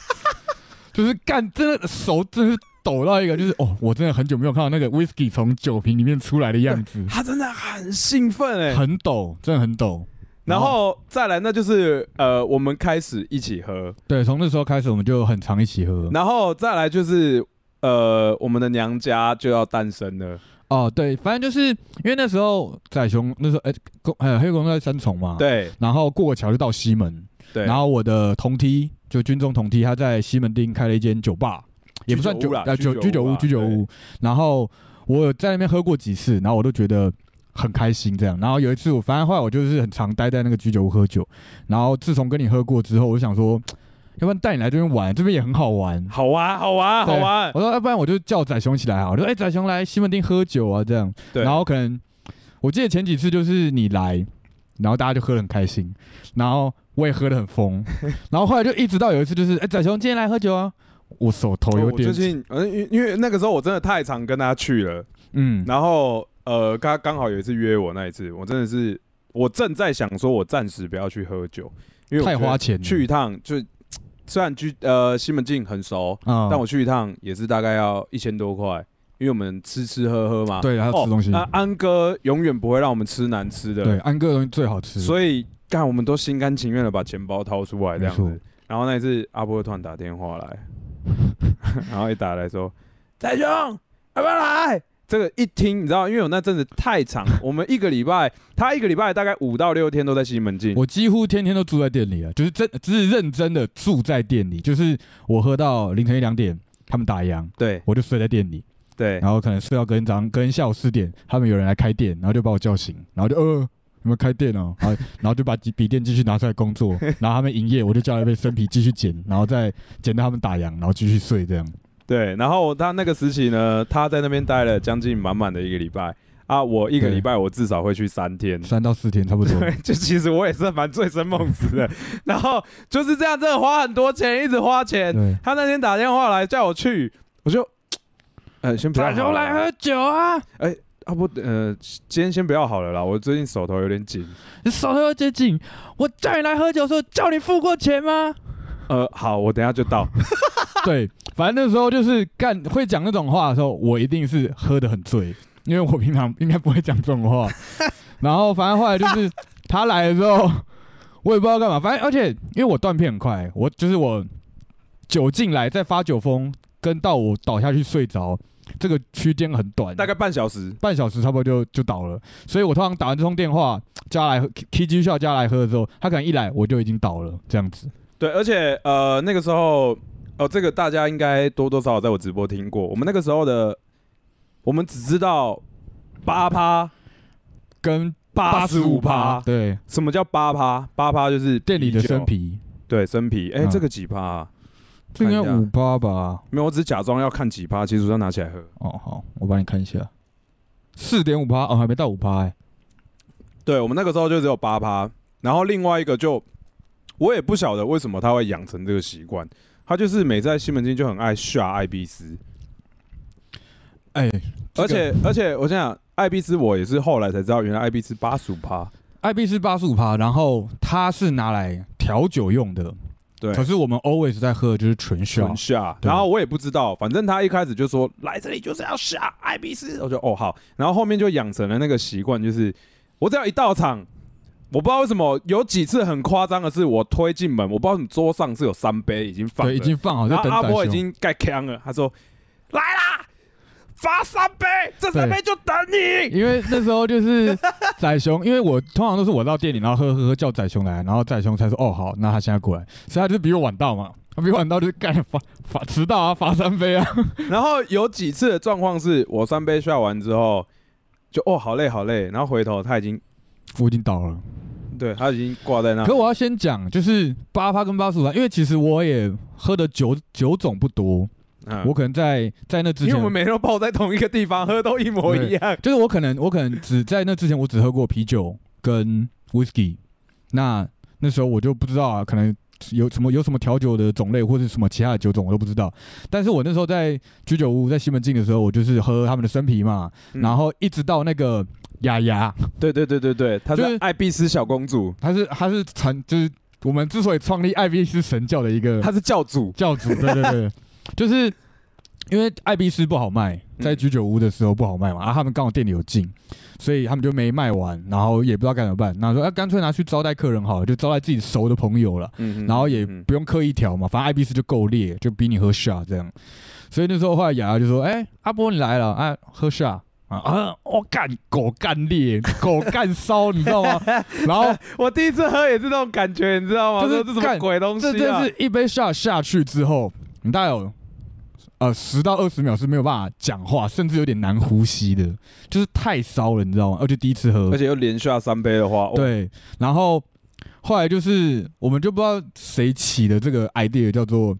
[SPEAKER 1] 就是干，真的手真的是抖到一个，就是哦，我真的很久没有看到那个 whisky 从酒瓶里面出来的样 子，
[SPEAKER 2] 他真的很兴奋哎、
[SPEAKER 1] 很抖，真的很抖。
[SPEAKER 2] 然后再来，那就是呃，我们开始一起喝，
[SPEAKER 1] 对，从那时候开始我们就很常一起喝。
[SPEAKER 2] 然后再来就是呃，我们的娘家就要诞生了。
[SPEAKER 1] 哦，对，反正就是因为那时候仔雄那时候哎公呃黑公在三重嘛，，
[SPEAKER 2] 对
[SPEAKER 1] 然后过桥就到西门，
[SPEAKER 2] 对，
[SPEAKER 1] 然后我的同梯就军中同梯，他在西门町开了一间酒吧，也不算
[SPEAKER 2] 居酒
[SPEAKER 1] 酒
[SPEAKER 2] 屋啦
[SPEAKER 1] 呃
[SPEAKER 2] 居酒
[SPEAKER 1] 酒
[SPEAKER 2] 屋
[SPEAKER 1] 居酒
[SPEAKER 2] 啦
[SPEAKER 1] 屋居酒屋。然后我有在那边喝过几次，然后我都觉得很开心这样。然后有一次我反正后来我就是很常待在那个居酒屋喝酒，然后自从跟你喝过之后，我就想说，要不然带你来这边玩，这边也很好玩。
[SPEAKER 2] 好玩，好玩，好啊
[SPEAKER 1] 对
[SPEAKER 2] 玩。
[SPEAKER 1] 我说要不然我就叫仔雄起来好了，我说哎仔雄来西门町喝酒啊这样。
[SPEAKER 2] 对，
[SPEAKER 1] 然后可能我记得前几次就是你来，然后大家就喝得很开心，然后我也喝得很 疯，然后后来就一直到有一次就是，哎、仔雄今天来喝酒啊，我手头有
[SPEAKER 2] 我最
[SPEAKER 1] 点，
[SPEAKER 2] 近，呃，因因为那个时候我真的太常跟他去了，
[SPEAKER 1] 嗯，
[SPEAKER 2] 然后呃，他刚好有一次约我那一次，我真的是我正在想说，我暂时不要去喝酒，因为我
[SPEAKER 1] 太
[SPEAKER 2] 觉得
[SPEAKER 1] 花钱了
[SPEAKER 2] 去一趟就虽然居呃西门町很熟，
[SPEAKER 1] 啊、
[SPEAKER 2] 但我去一趟也是大概要一千多块，因为我们吃吃喝喝嘛。
[SPEAKER 1] 对还要吃
[SPEAKER 2] 哦
[SPEAKER 1] 东西
[SPEAKER 2] 那、安哥永远不会让我们吃难吃的，
[SPEAKER 1] 对安哥的东西最好吃，以
[SPEAKER 2] 所以干我们都心甘情愿的把钱包掏出来这样
[SPEAKER 1] 没
[SPEAKER 2] 子。然后那一次阿波突然打电话来， 然后一打来说：“仔兄，要不要来？”这个一听你知道，因为我那阵子 太长，我们一个礼拜，他一个礼拜大概五到六天都在西门町。
[SPEAKER 1] 我几乎天天都住在店里了，就是真只是认真的住在店里，就是我喝到凌晨一两点，他们打烊，
[SPEAKER 2] 对
[SPEAKER 1] 我就睡在店里，
[SPEAKER 2] 对，
[SPEAKER 1] 然后可能睡到隔天早上，隔天下午四点，他们有人来开店，然后就把我叫醒，然后就呃，你们开店哦，啊， 然后就把笔笔电继续拿出来工作，然后他们营业，我就叫一杯生啤继续剪，然后再剪到他们打烊，然后继续睡这样。
[SPEAKER 2] 对，然后他那个时期呢，他在那边待了将近满满的一个礼拜啊，我一个
[SPEAKER 1] 对
[SPEAKER 2] 礼拜我至少会去三天。
[SPEAKER 1] 三到四天差不多。
[SPEAKER 2] 对， 就其实我也是蛮醉生梦死的，然后就是这样，真的花很多钱，一直花钱。
[SPEAKER 1] 对，
[SPEAKER 2] 他那天打电话来叫我去，我就，呃，先不要好了，
[SPEAKER 1] 酒啊！
[SPEAKER 2] 啊不，呃，今天先不要好了啦，我最近手头有点紧。
[SPEAKER 1] 你手头接近，我叫你来喝酒的时候，叫你付过钱吗？
[SPEAKER 2] 呃，好，我等一下就 到。
[SPEAKER 1] 对，反正那时候就是干会讲那种话的时候，我一定是喝得很醉，因为我平常应该不会讲这种 话。然后反正后来就是他来的时候， 我也不知道干嘛，反正而且因为我断片很快，我就是我酒进来再发酒疯，跟到我倒下去睡着，这个区间很短，
[SPEAKER 2] 大概半小时。
[SPEAKER 1] 半小时差不多就就倒了。所以我通常打完这通电话，加来喝 K G 校加来喝的时候，他可能一来我就已经倒了，这样子。
[SPEAKER 2] 对，而且呃，那个时候，哦，这个大家应该多多少少在我直播听过。我们那个时候的，我们只知道八趴、
[SPEAKER 1] 跟
[SPEAKER 2] 八十五趴。
[SPEAKER 1] 对
[SPEAKER 2] 什么叫八趴？八趴就是
[SPEAKER 1] 店里的
[SPEAKER 2] 啤酒
[SPEAKER 1] 生，啤，
[SPEAKER 2] 对生啤。哎、
[SPEAKER 1] 嗯
[SPEAKER 2] 这个几趴、啊？
[SPEAKER 1] 这应该
[SPEAKER 2] 看一
[SPEAKER 1] 五
[SPEAKER 2] 下
[SPEAKER 1] 八吧？
[SPEAKER 2] 没有，我只假装要看几趴，其实要拿起来喝。
[SPEAKER 1] 哦，好，我帮你看一下，四点五趴哦，还没到五趴哎。
[SPEAKER 2] 对我们那个时候就只有八趴，然后另外一个就我也不晓得为什么他会养成这个习惯，他就是每次在西门町就很爱下艾必斯，
[SPEAKER 1] 哎，
[SPEAKER 2] 而且而且我想想，艾必斯我也是后来才知道，原来艾必斯八十五趴，
[SPEAKER 1] 艾必是八十五趴，然后它是拿来调酒用的。
[SPEAKER 2] 对
[SPEAKER 1] 可是我们 always 在喝的就是纯
[SPEAKER 2] 纯
[SPEAKER 1] 秀，
[SPEAKER 2] 下，
[SPEAKER 1] 对啊
[SPEAKER 2] 然后我也不知道，反正他一开始就说来这里就是要下艾必斯，我就哦好，然后后面就养成了那个习惯，就是我只要一到场。我不知道为什么有几次很夸张的是，我推进门，我不知道你桌上是有三杯已经放了
[SPEAKER 1] 对，已经放好在
[SPEAKER 2] 然后
[SPEAKER 1] 等
[SPEAKER 2] 阿
[SPEAKER 1] 仔
[SPEAKER 2] 波已
[SPEAKER 1] 兄。
[SPEAKER 2] 经盖枪了，他说：“来啦，罚三杯，这三杯就等你。
[SPEAKER 1] 因为那时候就是 仔熊，因为我通常都是我到店里，然后喝喝喝叫仔熊来，然后仔熊才说哦好，那他现在过来，所以他就是比我晚到嘛，他比我晚到就是干罚罚迟到啊，罚三杯啊，”
[SPEAKER 2] 然后有几次的状况是我三杯下完之后，就哦好累好累，然后回头他已经
[SPEAKER 1] 我已经倒了。
[SPEAKER 2] 对他已经挂在那，
[SPEAKER 1] 可我要先讲，就是八趴跟八十五趴，因为其实我也喝的酒酒种不多，
[SPEAKER 2] 嗯
[SPEAKER 1] 我可能在在那之
[SPEAKER 2] 因为
[SPEAKER 1] 前
[SPEAKER 2] 我，们每天都泡在同一个地方，喝都一模一样。
[SPEAKER 1] 就是我可能我可能只在那之前我只喝过啤酒跟 whisky，那那时候我就不知道啊，可能有什么有什么调酒的种类或是什么其他的酒种我都不知道，但是我那时候在居酒屋在西门町的时候，我就是喝他们的生啤嘛，
[SPEAKER 2] 嗯
[SPEAKER 1] 然后一直到那个雅雅，
[SPEAKER 2] 对对对对对，她
[SPEAKER 1] 就是
[SPEAKER 2] 是艾必斯小公主，
[SPEAKER 1] 她是她是传就是我们之所以创立艾比斯神教的一个
[SPEAKER 2] 她是教主。
[SPEAKER 1] 教主，对对 对，就是因为艾必斯不好卖，
[SPEAKER 2] 嗯
[SPEAKER 1] 在居酒屋的时候不好卖嘛，啊，他们刚好店里有进，所以他们就没卖完，然后也不知道该怎么办，那说啊，干脆拿去招待客人好了，就招待自己熟的朋友了，
[SPEAKER 2] 嗯
[SPEAKER 1] 然后也
[SPEAKER 2] 嗯
[SPEAKER 1] 不用刻意调嘛，反正艾必斯就够烈，就逼你喝下这样，所以那时候后来雅雅就说，哎、阿波你来了，啊，喝下。啊啊！我、干狗干烈，狗干烧，你知 道吗？然后
[SPEAKER 2] 我第一次喝也是这种感觉，你知道吗？
[SPEAKER 1] 就是
[SPEAKER 2] 说这什么
[SPEAKER 1] 干
[SPEAKER 2] 鬼东西
[SPEAKER 1] 这
[SPEAKER 2] 啊
[SPEAKER 1] 真！是一杯下下去之后，你大概有呃十到二十秒是没有办法讲话，甚至有点难呼吸的，就是太烧了，你知道吗？而且第一次喝
[SPEAKER 2] 而，且又连下三杯的话，哦
[SPEAKER 1] 对，然后后来就是我们就不知道谁起的这个 idea 叫做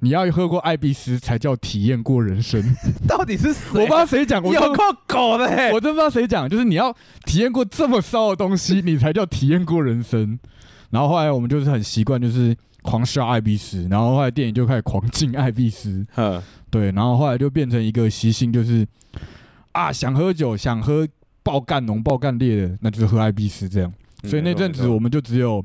[SPEAKER 1] 你要喝过艾必斯才叫体验过人生。
[SPEAKER 3] 到底是谁
[SPEAKER 1] 我不
[SPEAKER 2] 啊
[SPEAKER 1] 知？道 谁讲，我真
[SPEAKER 3] 有够狗的
[SPEAKER 2] 哎
[SPEAKER 3] 欸！
[SPEAKER 1] 我真不知道谁讲，就是你要体验过这么骚的东西，你才叫体验过人生。然后后来我们就是很习惯，就是狂杀艾必斯，然后后来电影就开始狂进艾必斯，
[SPEAKER 2] 嗯，
[SPEAKER 1] 对，然后后来就变成一个习性，就是啊，想喝酒，想喝爆干浓、爆干烈的，那就是喝艾必斯这样。
[SPEAKER 2] 嗯
[SPEAKER 1] 所以那阵子我们就只有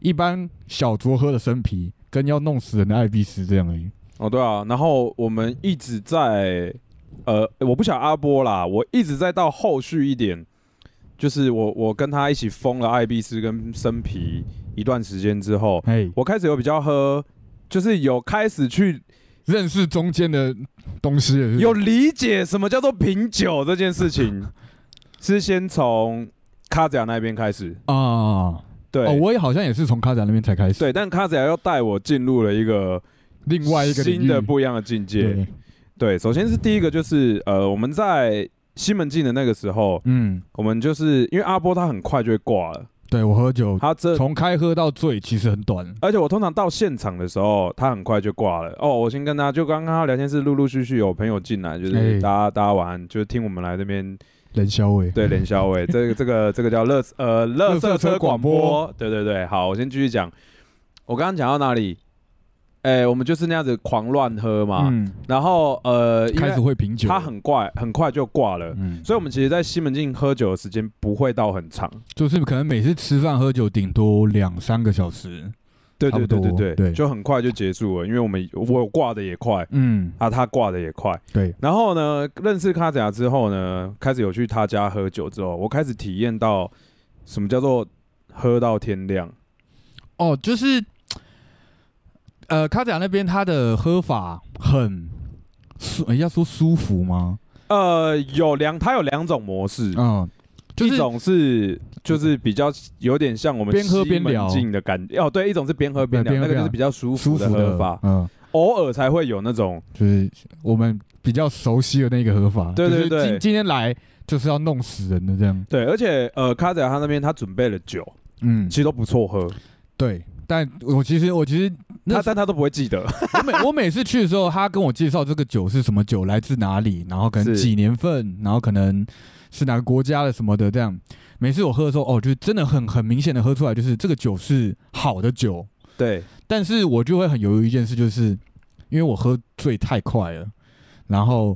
[SPEAKER 1] 一般小酌喝的生啤，跟要弄死人的艾必斯这样而已。
[SPEAKER 2] 哦，对啊，然后我们一直在，呃，我不想阿波啦，我一直在到后续一点，就是我我跟他一起封了艾必斯跟生啤一段时间之后，
[SPEAKER 1] 哎，
[SPEAKER 2] 我开始有比较喝，就是有开始去
[SPEAKER 1] 认识中间的东西了是不是
[SPEAKER 2] 有理解什么叫做品酒这件事情， 是先从卡子雅那边开始，
[SPEAKER 1] 啊。
[SPEAKER 2] 对。
[SPEAKER 1] 哦，我也好像也是从卡展那边才开始，
[SPEAKER 2] 对，但卡子雅又带我进入了一个
[SPEAKER 1] 另外一个领
[SPEAKER 2] 新
[SPEAKER 1] 域
[SPEAKER 2] 的不一样的境界。
[SPEAKER 1] 对
[SPEAKER 2] 对，首先是第一个就是呃，我们在西门庆的那个时候，
[SPEAKER 1] 嗯，
[SPEAKER 2] 我们就是因为阿波他很快就会挂了，
[SPEAKER 1] 对我喝酒
[SPEAKER 2] 他这
[SPEAKER 1] 从开喝到醉其实很短，
[SPEAKER 2] 而且我通常到现场的时候，他很快就挂了。哦，我先跟他就刚刚他聊天室陆陆续续有朋友进来，就是
[SPEAKER 1] 哎
[SPEAKER 2] 大家大家晚安，就是听我们来这边
[SPEAKER 1] 冷消味。
[SPEAKER 2] 对连 销伟，这个这个这个叫乐呃乐色车广播，对对对，好，我先继续讲，我刚刚讲到哪里？哎、我们就是那样子狂乱喝嘛，
[SPEAKER 1] 嗯，
[SPEAKER 2] 然后呃，因为
[SPEAKER 1] 开始会品酒，
[SPEAKER 2] 他很快很快就挂了。
[SPEAKER 1] 嗯，
[SPEAKER 2] 所以，我们其实，在西门庆喝酒的时间不会到很长，
[SPEAKER 1] 就是可能每次吃饭喝酒顶多两三个小时，
[SPEAKER 2] 对
[SPEAKER 1] 差
[SPEAKER 2] 对
[SPEAKER 1] 不
[SPEAKER 2] 对
[SPEAKER 1] 多
[SPEAKER 2] 对对，
[SPEAKER 1] 对
[SPEAKER 2] 就很快就结束了，因为我们我挂的也快
[SPEAKER 1] 嗯，
[SPEAKER 2] 啊，他挂的也快。
[SPEAKER 1] 对，
[SPEAKER 2] 然后呢，认识卡子雅之后呢，开始有去他家喝酒之后，我开始体验到什么叫做喝到天亮。
[SPEAKER 1] 哦，就是，呃，卡展那边他的喝法很舒，呃要说舒服吗？
[SPEAKER 2] 呃，有两，它有两种模式，
[SPEAKER 1] 嗯，就是
[SPEAKER 2] 一种是就是比较有点像我们
[SPEAKER 1] 边喝边聊
[SPEAKER 2] 西门庆的感觉，哦，对，一种是边喝边聊，
[SPEAKER 1] 对边喝
[SPEAKER 2] 那个
[SPEAKER 1] 边聊
[SPEAKER 2] 就是比较舒
[SPEAKER 1] 舒
[SPEAKER 2] 服的
[SPEAKER 1] 服
[SPEAKER 2] 喝法，
[SPEAKER 1] 嗯，
[SPEAKER 2] 偶尔才会有那种，
[SPEAKER 1] 就是我们比较熟悉的那个喝法，
[SPEAKER 2] 对对
[SPEAKER 1] 就是
[SPEAKER 2] 对
[SPEAKER 1] 今今天来就是要弄死人的这样，
[SPEAKER 2] 对，而且呃，卡子雅他那边他准备了酒，
[SPEAKER 1] 嗯
[SPEAKER 2] 其，实都不错喝，
[SPEAKER 1] 对。但我其实我其实
[SPEAKER 2] 他
[SPEAKER 1] 那
[SPEAKER 2] 但他都不会 记得，
[SPEAKER 1] 我每我每次去的时候，他跟我介绍这个酒是什么酒，来自哪里，然后可能
[SPEAKER 2] 是
[SPEAKER 1] 几年份，然后可能是哪个国家的什么的这样。每次我喝的时候，哦，就真的很很明显的喝出来，就是这个酒是好的酒。
[SPEAKER 2] 对，
[SPEAKER 1] 但是我就会很犹豫一件事，就是因为我喝醉太快了，然后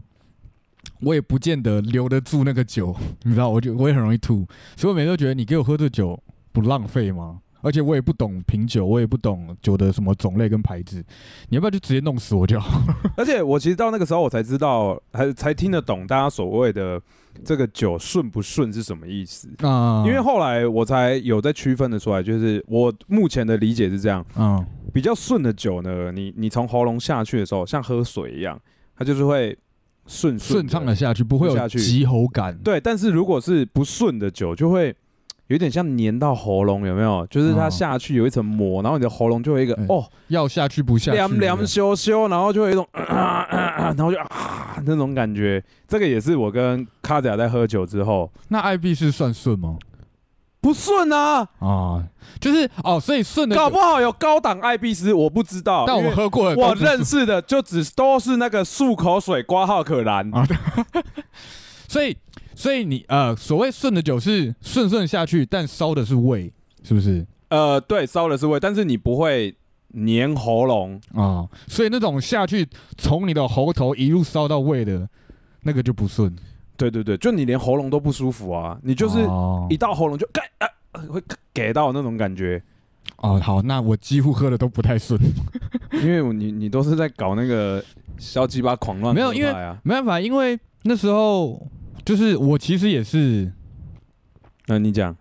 [SPEAKER 1] 我也不见得留得住那个酒，你知道，我就我也很容易吐，所以我每次都觉得你给我喝这酒不浪费吗？而且我也不懂品酒，我也不懂酒的什么种类跟牌子，你要不要就直接弄死我就好？
[SPEAKER 2] 而且我其实到那个时候我才知道，还才听得懂大家所谓的这个酒顺不顺是什么意思。
[SPEAKER 1] 啊、
[SPEAKER 2] 因为后来我才有在区分的出来，就是我目前的理解是这样：
[SPEAKER 1] 嗯，
[SPEAKER 2] 比较顺的酒呢，你你从喉咙下去的时候，像喝水一样，它就是会顺
[SPEAKER 1] 顺畅的
[SPEAKER 2] 的。
[SPEAKER 1] 下去，不会
[SPEAKER 2] 下
[SPEAKER 1] 有
[SPEAKER 2] 去
[SPEAKER 1] 急喉感。
[SPEAKER 2] 对，但是如果是不顺的酒，就会有点像粘到喉咙，有没有？就是它
[SPEAKER 1] 嗯
[SPEAKER 2] 下去有一层膜，然后你的喉咙就会一个、
[SPEAKER 1] 嗯
[SPEAKER 2] 哦，
[SPEAKER 1] 要下去不下去，
[SPEAKER 2] 凉凉羞羞，然后就有一种、啊啊啊，然后就啊那种感觉。这个也是我跟卡仔在喝酒之后
[SPEAKER 1] 那艾必是算顺吗？
[SPEAKER 2] 不顺啊，
[SPEAKER 1] 啊，就是哦，所以顺的
[SPEAKER 2] 搞
[SPEAKER 1] 酒，
[SPEAKER 2] 不好有高档艾必斯，我不知道。
[SPEAKER 1] 但
[SPEAKER 2] 因
[SPEAKER 1] 我
[SPEAKER 2] 为
[SPEAKER 1] 喝过的
[SPEAKER 2] 我
[SPEAKER 1] 都不是
[SPEAKER 2] 认识的就只都是那个漱口水挂号可兰，
[SPEAKER 1] 啊所以，所以你呃，所谓顺的酒是顺顺下去，但烧的是胃，是不是
[SPEAKER 2] 呃，对，烧的是味，但是你不会粘喉咙，
[SPEAKER 1] 啊、所以那种下去从你的喉头一路烧到胃的，那个就不顺，
[SPEAKER 2] 对对对，就你连喉咙都不舒服啊，你就是
[SPEAKER 1] 哦
[SPEAKER 2] 一到喉咙就盖啊，会给到那种感觉，
[SPEAKER 1] 哦好，那我几乎喝的都不太 顺，
[SPEAKER 2] 因为你你都是在搞那个小鸡巴狂乱
[SPEAKER 1] 没有
[SPEAKER 2] 合
[SPEAKER 1] 因为
[SPEAKER 2] 拍啊，
[SPEAKER 1] 没办法，因为那时候就是我其实也是
[SPEAKER 2] 那你讲，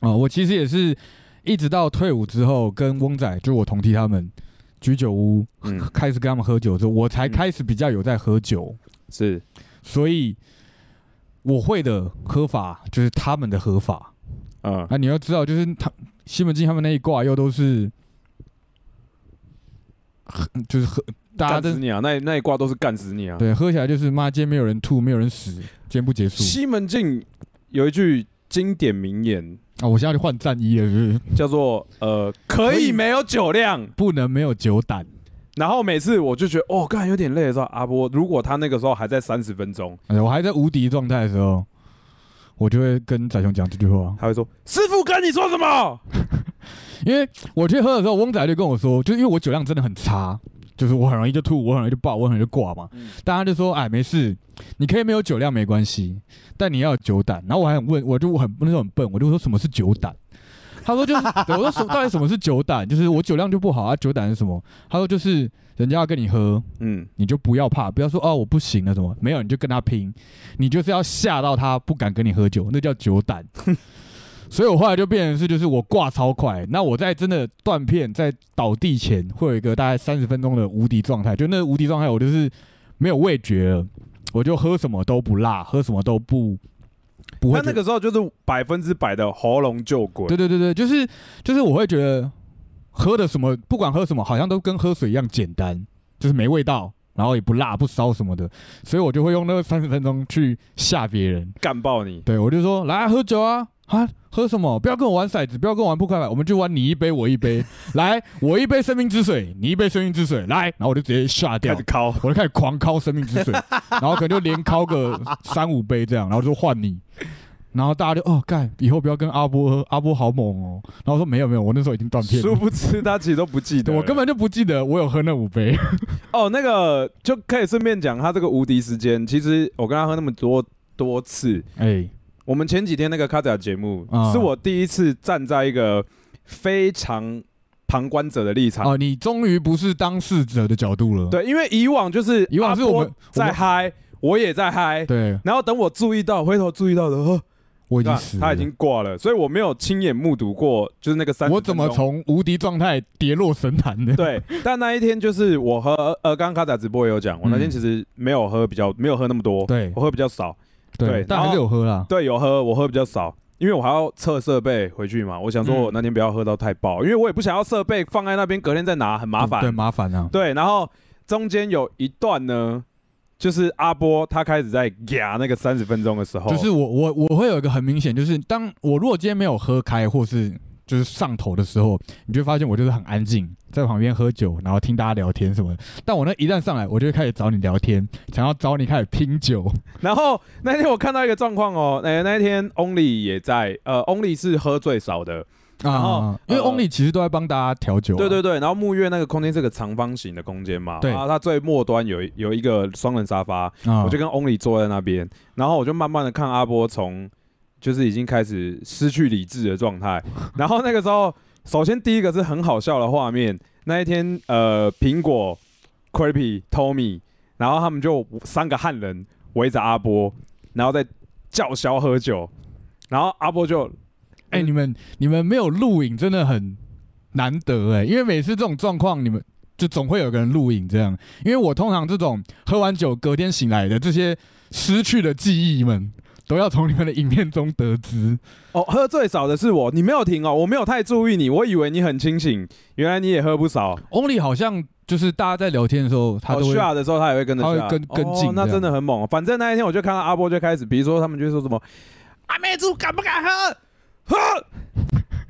[SPEAKER 1] 啊、我其实也是一直到退伍之后，跟翁仔就我同梯他们居酒屋
[SPEAKER 2] 嗯，
[SPEAKER 1] 开始跟他们喝酒之后，我才
[SPEAKER 2] 嗯
[SPEAKER 1] 开始比较有在喝酒。
[SPEAKER 2] 是
[SPEAKER 1] 所以我会的喝法就是他们的喝法。
[SPEAKER 2] 嗯
[SPEAKER 1] 那、你要知道，就是他西门庆他们那一挂又都是，喝就是喝大家
[SPEAKER 2] 干死
[SPEAKER 1] 都
[SPEAKER 2] 你啊！那那一挂都是干死你啊！
[SPEAKER 1] 对喝起来就是妈，今天没有人吐，没有人死，今天不结束
[SPEAKER 2] 西门庆有一句经典名言，
[SPEAKER 1] 啊！我现在就换战衣了，是不是？
[SPEAKER 2] 叫做“呃，可
[SPEAKER 1] 可
[SPEAKER 2] 以
[SPEAKER 1] 以
[SPEAKER 2] 没有酒量，
[SPEAKER 1] 不能没有酒胆。
[SPEAKER 2] 然后每次我就觉得哦，干有点累的时候，阿波如果他那个时候还在三十分钟，
[SPEAKER 1] 哎我还在无敌状态的时候，我就会跟仔雄讲这句话，
[SPEAKER 2] 他会说师傅跟你说什么？
[SPEAKER 1] 因为我去喝的时候，翁仔就跟我说，就因为我酒量真的很差，就是我很容易就吐，我很容易就爆，我很容易就挂嘛。大家就说，哎，没事，你可以没有酒量没关系，但你要有酒胆。然后我还很问，我就很那时候很笨，我就说什么是酒胆？他说就是， 我说什到底什么是酒胆？就是我酒量就不好啊，酒胆是什么？他说就是人家要跟你喝，
[SPEAKER 2] 嗯，
[SPEAKER 1] 你就不要怕，不要说哦我不行了什么，没有你就跟他拼，你就是要吓到他不敢跟你喝酒，那叫酒胆。所以我后来就变成是，就是我挂超快。那我在真的断片在倒地前，会有一个大概三十分钟的无敌状态，就那个无敌状态我就是没有味觉了，我就喝什么都不辣，喝什么都不不会
[SPEAKER 2] 他
[SPEAKER 1] 觉得。
[SPEAKER 2] 那个时候就是百分之百的喉咙救鬼，
[SPEAKER 1] 对对对对，就是就是我会觉得喝的什么，不管喝什么，好像都跟喝水一样简单，就是没味道，然后也不辣不骚什么的，所以我就会用那三十分钟去吓别人。
[SPEAKER 2] 干爆你。
[SPEAKER 1] 对我就说来、啊、喝酒啊啊，喝什么？不要跟我玩骰子，不要跟我玩扑克牌，我们就玩你一杯我一杯，来我一杯生命之水，你一杯生命之水，来，然后我就直接吓
[SPEAKER 2] 开
[SPEAKER 1] 掉
[SPEAKER 2] 始。敲，
[SPEAKER 1] 我就开始狂敲生命 之水，然后可能就连敲个三五杯这样，然后就换你，然后大家就哦干，以后不要跟阿波喝，阿波好猛哦。然后我说没有没有，我那时候已经断片
[SPEAKER 2] 殊
[SPEAKER 1] 了，
[SPEAKER 2] 不知他其实都不记得
[SPEAKER 1] 对
[SPEAKER 2] 了，
[SPEAKER 1] 我根本就不记得我有喝那五 杯。
[SPEAKER 2] 哦，那个就可以顺便讲，他这个无敌时间，其实我跟他喝那么多多次，
[SPEAKER 1] 哎，
[SPEAKER 2] 我们前几天那个卡仔节目、
[SPEAKER 1] 啊
[SPEAKER 2] 是我第一次站在一个非常旁观者的立场，
[SPEAKER 1] 哦，你终于不是当事者的角度了。
[SPEAKER 2] 对，因为以往就是
[SPEAKER 1] 以往是我们
[SPEAKER 2] 阿波在嗨，我也在嗨，
[SPEAKER 1] 对，
[SPEAKER 2] 然后等我注意到，回头注意到的，呵
[SPEAKER 1] 我已经
[SPEAKER 2] 那
[SPEAKER 1] 死了，
[SPEAKER 2] 啊他已经挂了，所以我没有亲眼目睹过，就是那个三，
[SPEAKER 1] 我怎么从无敌状态跌落神坛的？
[SPEAKER 2] 对，但那一天就是我和呃，刚刚卡仔直播也有讲，我那天其实没有喝比较没有喝那么多，
[SPEAKER 1] 对
[SPEAKER 2] 我喝比较少，对
[SPEAKER 1] 但还是有喝啦。
[SPEAKER 2] 对，有喝，我喝比较少，因为我还要测设备回去嘛。我想说，
[SPEAKER 1] 嗯
[SPEAKER 2] 我那天不要喝到太爆，因为我也不想要设备放在那边，隔天再拿很麻烦。
[SPEAKER 1] 对麻烦啊。
[SPEAKER 2] 对然后中间有一段呢，就是阿波他开始在压那个三十分钟的时候，
[SPEAKER 1] 就是我我我会有一个很明显，就是当我如果今天没有喝开或是就是上头的时候，你就会发现我就是很安静，在旁边喝酒，然后听大家聊天什么的。但我那一旦上来，我就会开始找你聊天，想要找你开始拼酒。
[SPEAKER 2] 然后那天我看到一个状况哦，那那一天 Only 也在，呃，Only 是喝最少的，后
[SPEAKER 1] 啊，因为
[SPEAKER 2] 呃
[SPEAKER 1] Only 其实都在帮大家调酒、啊
[SPEAKER 2] 对对，对。然后木月那个空间是个长方形的空间嘛，
[SPEAKER 1] 对
[SPEAKER 2] 然后它最末端有一有一个双人沙发，
[SPEAKER 1] 啊，
[SPEAKER 2] 我就跟 Only 坐在那边，然后我就慢慢的看阿波从就是已经开始失去理智的状态，然后那个时候，首先第一个是很好笑的画面，那一天呃，苹果、Creepy、Tommy，然后他们就三个汉人围着阿波，然后在叫嚣喝酒，然后阿波就
[SPEAKER 1] 哎、你们你们没有录影真的很难得哎、因为每次这种状况，你们就总会有个人录影这样。因为我通常这种喝完酒隔天醒来的这些失去的记忆们，都要从你们的影片中得知。
[SPEAKER 2] 哦，喝最少的是我，你没有停哦，我没有太注意你，我以为你很清醒，原来你也喝不少。
[SPEAKER 1] Only 好像就是大家在聊天的时候，他都
[SPEAKER 2] 哦
[SPEAKER 1] 会、
[SPEAKER 2] 下的时候，他也会跟着
[SPEAKER 1] 他会
[SPEAKER 2] 下
[SPEAKER 1] 跟跟进
[SPEAKER 2] 哦，那
[SPEAKER 1] 这样
[SPEAKER 2] 真的很猛。反正那一天我就看到阿波就开始，比如说他们就会说什么阿妹猪敢不敢喝？喝，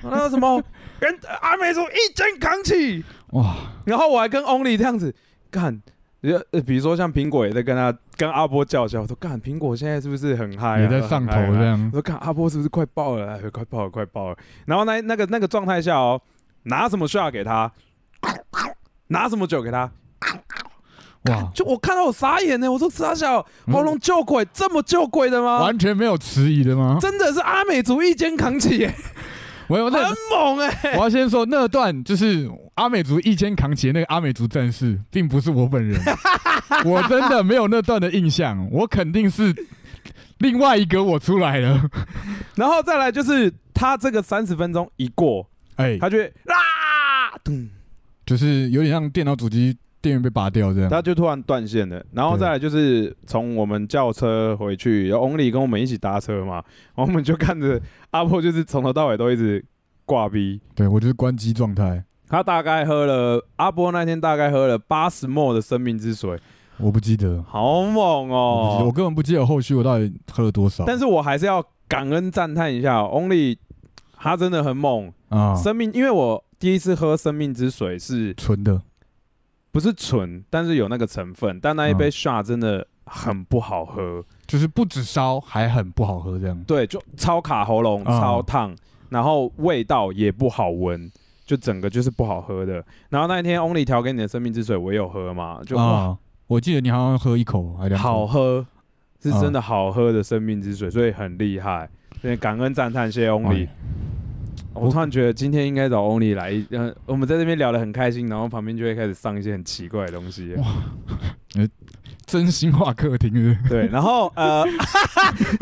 [SPEAKER 2] 然后什么跟阿妹猪一肩扛起，
[SPEAKER 1] 哇，
[SPEAKER 2] 然后我还跟 Only 这样子干。呃，呃比如说像苹果也在跟他跟阿波叫嚣，我说干苹果现在是不是很嗨、啊？
[SPEAKER 1] 也在上头
[SPEAKER 2] 很
[SPEAKER 1] 这
[SPEAKER 2] 嗨啊
[SPEAKER 1] 样
[SPEAKER 2] 我。说看阿波是不是快爆了？哎，快爆了，快爆了！然后那那个那个状态下哦，拿什么 shot 给他，拿什么酒给他，
[SPEAKER 1] 哇，
[SPEAKER 2] 就我看到我傻眼呢，我说傻小喉咙救鬼、这么救鬼的吗？
[SPEAKER 1] 完全没有迟疑的吗？
[SPEAKER 2] 真的是阿美族一肩扛起耶，
[SPEAKER 1] 没有，那
[SPEAKER 2] 很猛哎、
[SPEAKER 1] 我要先说那段就是阿美族一肩扛起的那个阿美族战士，并不是我本 人，我真的没有那段的印象，我肯定是另外一个我出来了。
[SPEAKER 2] 然后再来就是他这个三十分钟一过，
[SPEAKER 1] 哎、
[SPEAKER 2] 他就会啦，咚
[SPEAKER 1] 就是有点像电脑主机电源被拔掉这样。
[SPEAKER 2] 他就突然断线了。然后再来就是从我们叫车回去，然后 Only 跟我们一起搭车嘛，然后我们就看着阿波就是从头到尾都一直挂逼。
[SPEAKER 1] 对我就是关机状态，
[SPEAKER 2] 他大概喝了阿波那天大概喝了八十 m 的生命之水，
[SPEAKER 1] 我不记得，
[SPEAKER 2] 好猛
[SPEAKER 1] 我不记得
[SPEAKER 2] 哦！
[SPEAKER 1] 我根本不记得后续我到底喝了多少。
[SPEAKER 2] 但是我还是要感恩赞叹一下哦 Only，他真的很猛。
[SPEAKER 1] 啊，
[SPEAKER 2] 生命，因为我第一次喝生命之水是
[SPEAKER 1] 纯的
[SPEAKER 2] 不是纯，但是有那个成分。但那一杯 shot 真的很不好喝，
[SPEAKER 1] 就是不止烧，还很不好喝这样。
[SPEAKER 2] 对，就超卡喉咙，
[SPEAKER 1] 啊
[SPEAKER 2] 超烫，然后味道也不好闻，就整个就是不好喝的。然后那一天 Only 调给你的生命之水，我也有喝嘛，就、哇
[SPEAKER 1] 啊，我记得你好像喝一口还两口，
[SPEAKER 2] 好
[SPEAKER 1] 啊
[SPEAKER 2] 喝，是真的好喝的生命之水，所以很厉害。所以感恩赞叹，谢谢 Only。
[SPEAKER 1] 哎
[SPEAKER 2] 我突然觉得今天应该找 Only 来，呃，我们在这边聊得很开心，然后旁边就会开始上一些很奇怪的东西。
[SPEAKER 1] 真心话客厅是不是
[SPEAKER 2] 对，然后 呃，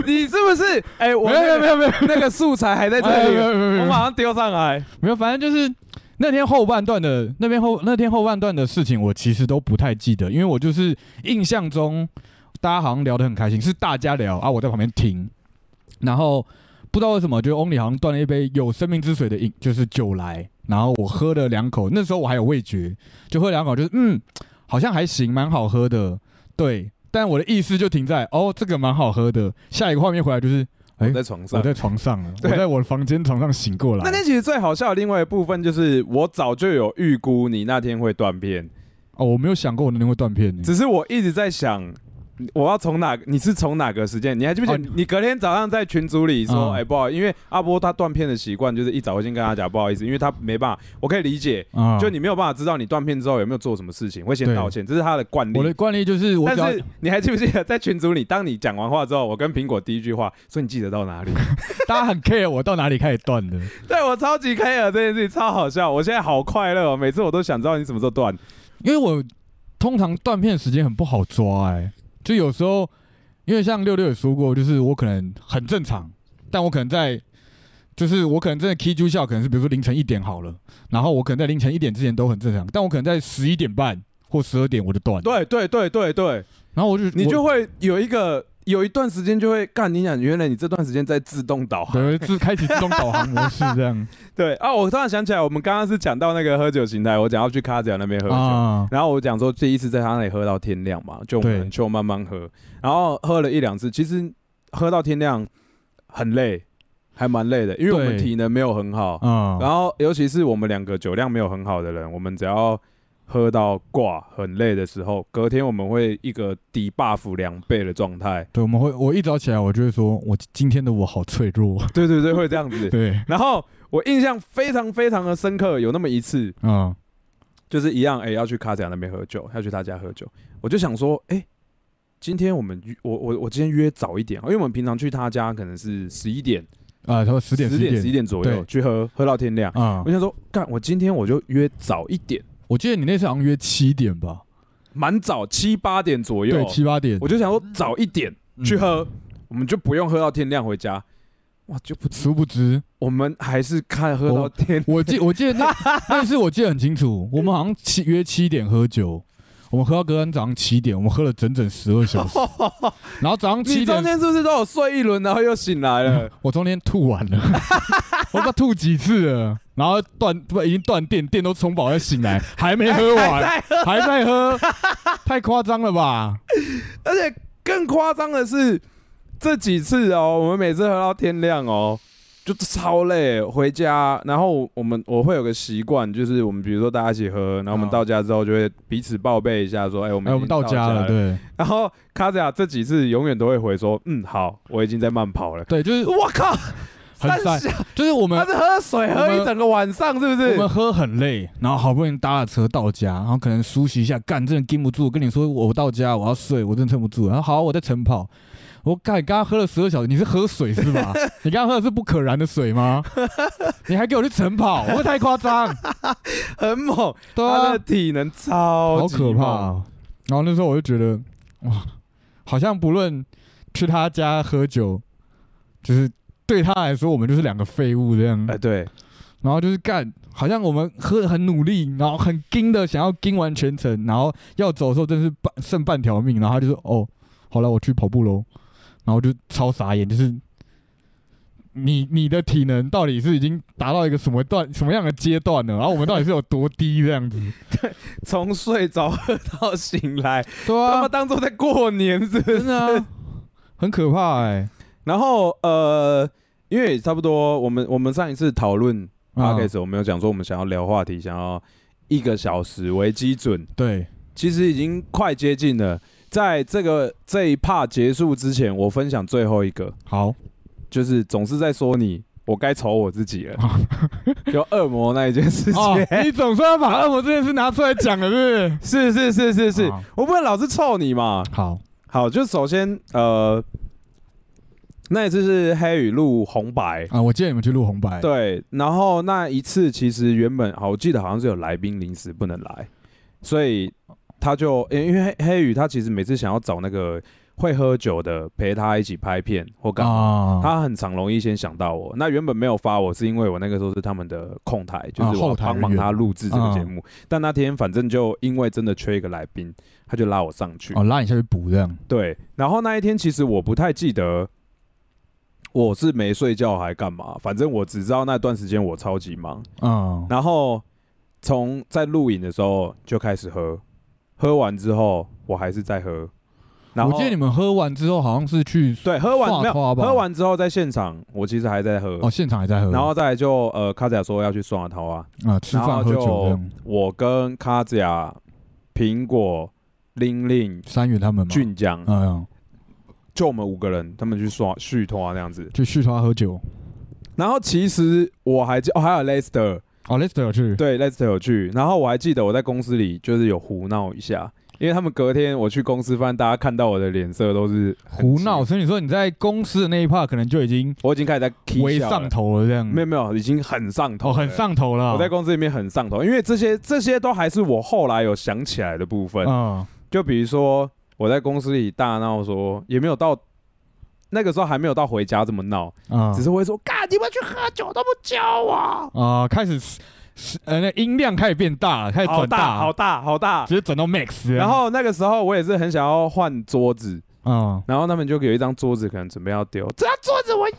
[SPEAKER 2] 你是不是？哎、我
[SPEAKER 1] 没有没有没有没有
[SPEAKER 2] 那个素材还在
[SPEAKER 1] 哎
[SPEAKER 2] 这
[SPEAKER 1] 没
[SPEAKER 2] 里，
[SPEAKER 1] 有没有没
[SPEAKER 2] 我
[SPEAKER 1] 有
[SPEAKER 2] 马上丢上来。
[SPEAKER 1] 没有，反正就是那天后半段的那边后那天后半段的事情，我其实都不太记得，因为我就是印象中大家好像聊得很开心，是大家聊啊，我在旁边听，然后不知道为什么，就 Only 好像端了一杯有生命之水的饮，就是酒来，然啊后我喝了两口，那时候我还有味觉，就喝两口，就是嗯，好像还行，蛮好喝的，对。但我的意思就停在哦，这个蛮好喝的。下一个画面回来就是哎
[SPEAKER 2] 我在床
[SPEAKER 1] 我
[SPEAKER 2] 上。
[SPEAKER 1] 在床上了，我
[SPEAKER 2] 对
[SPEAKER 1] 在我的房间床上醒过来。
[SPEAKER 2] 啊那天其实最好笑的另外一部分就是，我早就有预估你那天会断片，
[SPEAKER 1] 哦，我没有想过我那天会断片呢。
[SPEAKER 2] 只是我一直在想，我要从哪？你是从哪个时间？你还记不记得？你隔天早上在群组里说，
[SPEAKER 1] 哦嗯
[SPEAKER 2] 哎、不好意思，因为阿波他断片的习惯就是一早会先跟他讲不好意思，因为他没办法，我可以理解，
[SPEAKER 1] 啊，
[SPEAKER 2] 就你没有办法知道你断片之后有没有做什么事情，会先
[SPEAKER 1] 对
[SPEAKER 2] 道歉，这是他的惯例。
[SPEAKER 1] 我的惯例就是我只要
[SPEAKER 2] 但是 你还记不记得，在群组里，当你讲完话之后，我跟苹果第一句话 说：“你记得到哪里
[SPEAKER 1] 大家很 care 我到哪里开始断的，？”
[SPEAKER 2] 对我超级 care 这件事情，超好笑。我现在好快乐、哦，每次我都想知道你什么时候断。
[SPEAKER 1] 因为我通常断片时间很不好抓哎、就有时候因为像六六也说过，就是我可能很正常，但我可能在就是我可能真的 K 住笑，可能是比如说凌晨一点好了，然后我可能在凌晨一点之前都很正常，但我可能在十一点半或十二点我就断，，
[SPEAKER 2] 对对对对对，
[SPEAKER 1] 然后我就
[SPEAKER 2] 你
[SPEAKER 1] 我
[SPEAKER 2] 就会有一个有一段时间就会干，你想原来你这段时间在自动导航。
[SPEAKER 1] 对自开启自动导航模式这 样
[SPEAKER 2] 对啊，我突然想起来，我们刚刚是讲到那个喝酒形态，我讲要去卡姐那边喝酒。
[SPEAKER 1] 啊，
[SPEAKER 2] 然后我讲说第一次在他那里喝到天亮嘛，就我
[SPEAKER 1] 对
[SPEAKER 2] 们就慢慢喝，然后喝了一两次，其实喝到天亮很累，还蛮累的，因为我们
[SPEAKER 1] 对
[SPEAKER 2] 体能没有很好，
[SPEAKER 1] 啊，
[SPEAKER 2] 然后尤其是我们两个酒量没有很好的人，我们只要喝到挂很累的时候，隔天我们会一个低 buff 两倍的状态，
[SPEAKER 1] 对，我们会我一早起来我就会说，我今天的我好脆 弱，
[SPEAKER 2] 对对对，会这样子。
[SPEAKER 1] 对，
[SPEAKER 2] 然后我印象非常非常的深刻，有那么一次，
[SPEAKER 1] 嗯。
[SPEAKER 2] 就是一样，哎、要去卡仔那边喝酒，要去他家喝酒。我就想说，哎、今天我们约我我我今天约早一点，因为我们平常去他家可能是十一点、
[SPEAKER 1] 啊，他说十点
[SPEAKER 2] 十点、十一
[SPEAKER 1] 点
[SPEAKER 2] 点左右
[SPEAKER 1] 对
[SPEAKER 2] 去喝，喝到天亮。
[SPEAKER 1] 啊
[SPEAKER 2] 我，想说，干，我今天我就约早一点，
[SPEAKER 1] 我记得你那次好像约七点吧，
[SPEAKER 2] 蛮早，七八点左右
[SPEAKER 1] 对，。七八点
[SPEAKER 2] 我就想说早一点
[SPEAKER 1] 嗯
[SPEAKER 2] 去喝，我们就不用喝到天亮回家。哇，就不，
[SPEAKER 1] 殊不知，
[SPEAKER 2] 我们还是看喝到天。
[SPEAKER 1] 我 记我记得那那次我记得很清楚，我们好像七约七点喝酒，我们喝到隔天早上七点，我们喝了整整十二小 时，然后早上 七
[SPEAKER 2] 你
[SPEAKER 1] 点
[SPEAKER 2] 中
[SPEAKER 1] 嗯
[SPEAKER 2] 间是不是都有睡一轮，然后又醒来了？
[SPEAKER 1] 我中间吐完了， 我不知道吐几次了，然后断不已经断电，电都充饱要醒来，还没喝完，
[SPEAKER 2] 还在
[SPEAKER 1] 还在喝，太夸张了吧？
[SPEAKER 2] 而且更夸张的是，这几次哦，我们每次喝到天亮哦，就超累，回家，然后我们我会有个习惯，就是我们比如说大家一起喝，然后我们
[SPEAKER 1] 嗯
[SPEAKER 2] 到家之后就会彼此报备一下，说，哎、我们
[SPEAKER 1] 哎，
[SPEAKER 2] 已
[SPEAKER 1] 我
[SPEAKER 2] 经
[SPEAKER 1] 们到家了，
[SPEAKER 2] 了。
[SPEAKER 1] 对
[SPEAKER 2] 然后卡子亚这几次永远都会回说，嗯，好，我已经在慢跑了。
[SPEAKER 1] 对，就是
[SPEAKER 2] 我靠，
[SPEAKER 1] 很
[SPEAKER 2] 三
[SPEAKER 1] 散，
[SPEAKER 2] 小
[SPEAKER 1] 就是我们
[SPEAKER 2] 他是喝水喝一整个晚上，是不
[SPEAKER 1] 我们
[SPEAKER 2] 是？
[SPEAKER 1] 喝很累，然后好不容易搭了车到家，然后可能梳洗一下，干真的禁不住。我跟你说，我到家我要睡，我真的撑不住。然后好，我在晨跑，我干，你刚刚喝了十二小时，你是喝水是吧？ 你刚刚喝的是不可燃的水吗？ 你还给我去晨跑，会不会太夸张？
[SPEAKER 2] 很猛，
[SPEAKER 1] 对
[SPEAKER 2] 他
[SPEAKER 1] 啊
[SPEAKER 2] 的，体能超
[SPEAKER 1] 好
[SPEAKER 2] 级
[SPEAKER 1] 可怕、
[SPEAKER 2] 猛。
[SPEAKER 1] 啊。然后那时候我就觉得，哇，好像不论去他家喝酒，就是对他来说，我们就是两个废物这样。
[SPEAKER 2] 哎，对，
[SPEAKER 1] 然后就是干，好像我们喝的很努力，然后很盯的想要盯完全程，然后要走的时候真是半剩半条命，然后他就说：“哦，好了，我去跑步喽。”然后就超傻眼，就是你你的体能到底是已经达到一个什么段什么样的阶段呢？然后我们到底是有多低这样子？
[SPEAKER 2] 从睡着喝到醒来，
[SPEAKER 1] 对
[SPEAKER 2] 他
[SPEAKER 1] 啊
[SPEAKER 2] 们，当做在过年是不是？
[SPEAKER 1] 真的啊，很可怕哎、
[SPEAKER 2] 然后呃，因为也差不多，我们我们上一次讨论
[SPEAKER 1] 啊
[SPEAKER 2] p o d c a s 我们有讲说我们想要聊话题，想要一个小时为基准，
[SPEAKER 1] 对，
[SPEAKER 2] 其实已经快接近了。在这个这一趴结束之前，我分享最后一个，
[SPEAKER 1] 好，
[SPEAKER 2] 就是总是在说你，我该愁我自己了， 就恶魔那一件事情。
[SPEAKER 1] 哦，你总算要把恶魔这件事拿出来讲了，是不
[SPEAKER 2] 是是是是
[SPEAKER 1] 是？
[SPEAKER 2] 是，
[SPEAKER 1] 好
[SPEAKER 2] 我不能老是臭你嘛。
[SPEAKER 1] 好，
[SPEAKER 2] 好，就首先呃，那一次是黑与露红白，
[SPEAKER 1] 啊，我建议你们去录红白，
[SPEAKER 2] 对，然后那一次其实原本好，我记得好像是有来宾临时不能来，所以他就、诶因为黑黑羽他其实每次想要找那个会喝酒的陪他一起拍片或干嘛。
[SPEAKER 1] 啊，
[SPEAKER 2] 他很常容易先想到我，那原本没有发我是因为我那个时候是他们的控台，就
[SPEAKER 1] 啊
[SPEAKER 2] 是我
[SPEAKER 1] 后
[SPEAKER 2] 要
[SPEAKER 1] 台
[SPEAKER 2] 帮忙
[SPEAKER 1] 人员
[SPEAKER 2] 他录制这个节
[SPEAKER 1] 嗯
[SPEAKER 2] 目。但那天反正就因为真的缺一个来宾，他就拉我上去。
[SPEAKER 1] 哦，拉你下去补这样，
[SPEAKER 2] 对，然后那一天其实我不太记得我是没睡觉还干嘛，反正我只知道那段时间我超级忙。
[SPEAKER 1] 嗯，
[SPEAKER 2] 然后从在录影的时候就开始喝，喝完之后我还是在喝。然后
[SPEAKER 1] 我记得你们喝完之后好像是去
[SPEAKER 2] 对喝完
[SPEAKER 1] 画
[SPEAKER 2] 没有
[SPEAKER 1] 花吧
[SPEAKER 2] 喝完之后在现场，我其实还在喝。
[SPEAKER 1] 哦，现场还在喝，
[SPEAKER 2] 呃然后再来就呃，卡仔说要去双塔桃啊，
[SPEAKER 1] 啊，吃
[SPEAKER 2] 然
[SPEAKER 1] 饭
[SPEAKER 2] 后
[SPEAKER 1] 喝酒
[SPEAKER 2] 就
[SPEAKER 1] 这样，
[SPEAKER 2] 我跟卡仔、苹果、玲玲、
[SPEAKER 1] 三元他们嘛，
[SPEAKER 2] 俊江，
[SPEAKER 1] 嗯，
[SPEAKER 2] 就我们五个人，他们去刷续拖啊那样子。
[SPEAKER 1] 就续他喝酒，
[SPEAKER 2] 然后其实我还记，哦，还有 Lester，
[SPEAKER 1] 哦，Lester 有去，
[SPEAKER 2] 对 Lester 有去。然后我还记得我在公司里就是有胡闹一下，因为他们隔天我去公司饭，大家看到我的脸色都是很
[SPEAKER 1] 胡
[SPEAKER 2] 奇
[SPEAKER 1] 闹，，所以你说你在公司的那一 part 可能就已经
[SPEAKER 2] 我已经开始在 k
[SPEAKER 1] 为上，头了嗯这样，
[SPEAKER 2] 没有没有，已经很上头
[SPEAKER 1] 哦，
[SPEAKER 2] 了，
[SPEAKER 1] 很上头了，
[SPEAKER 2] 我在公司里面很上头，因为这些这些都还是我后来有想起来的部分。
[SPEAKER 1] 嗯，
[SPEAKER 2] 就比如说我在公司里大闹说，也没有到那个时候还没有到回家这么闹，
[SPEAKER 1] 啊
[SPEAKER 2] 只是会说，干你们去喝酒都不叫我，
[SPEAKER 1] 啊，开始是是呃，那音量开始变大啊了，开始
[SPEAKER 2] 好
[SPEAKER 1] 转
[SPEAKER 2] 大好大好大
[SPEAKER 1] 直。接转到 max，
[SPEAKER 2] 然后那个时候我也是很想要换桌子，
[SPEAKER 1] 啊，
[SPEAKER 2] 然后他们就有一张桌子可能准备要丢，这张桌子我要，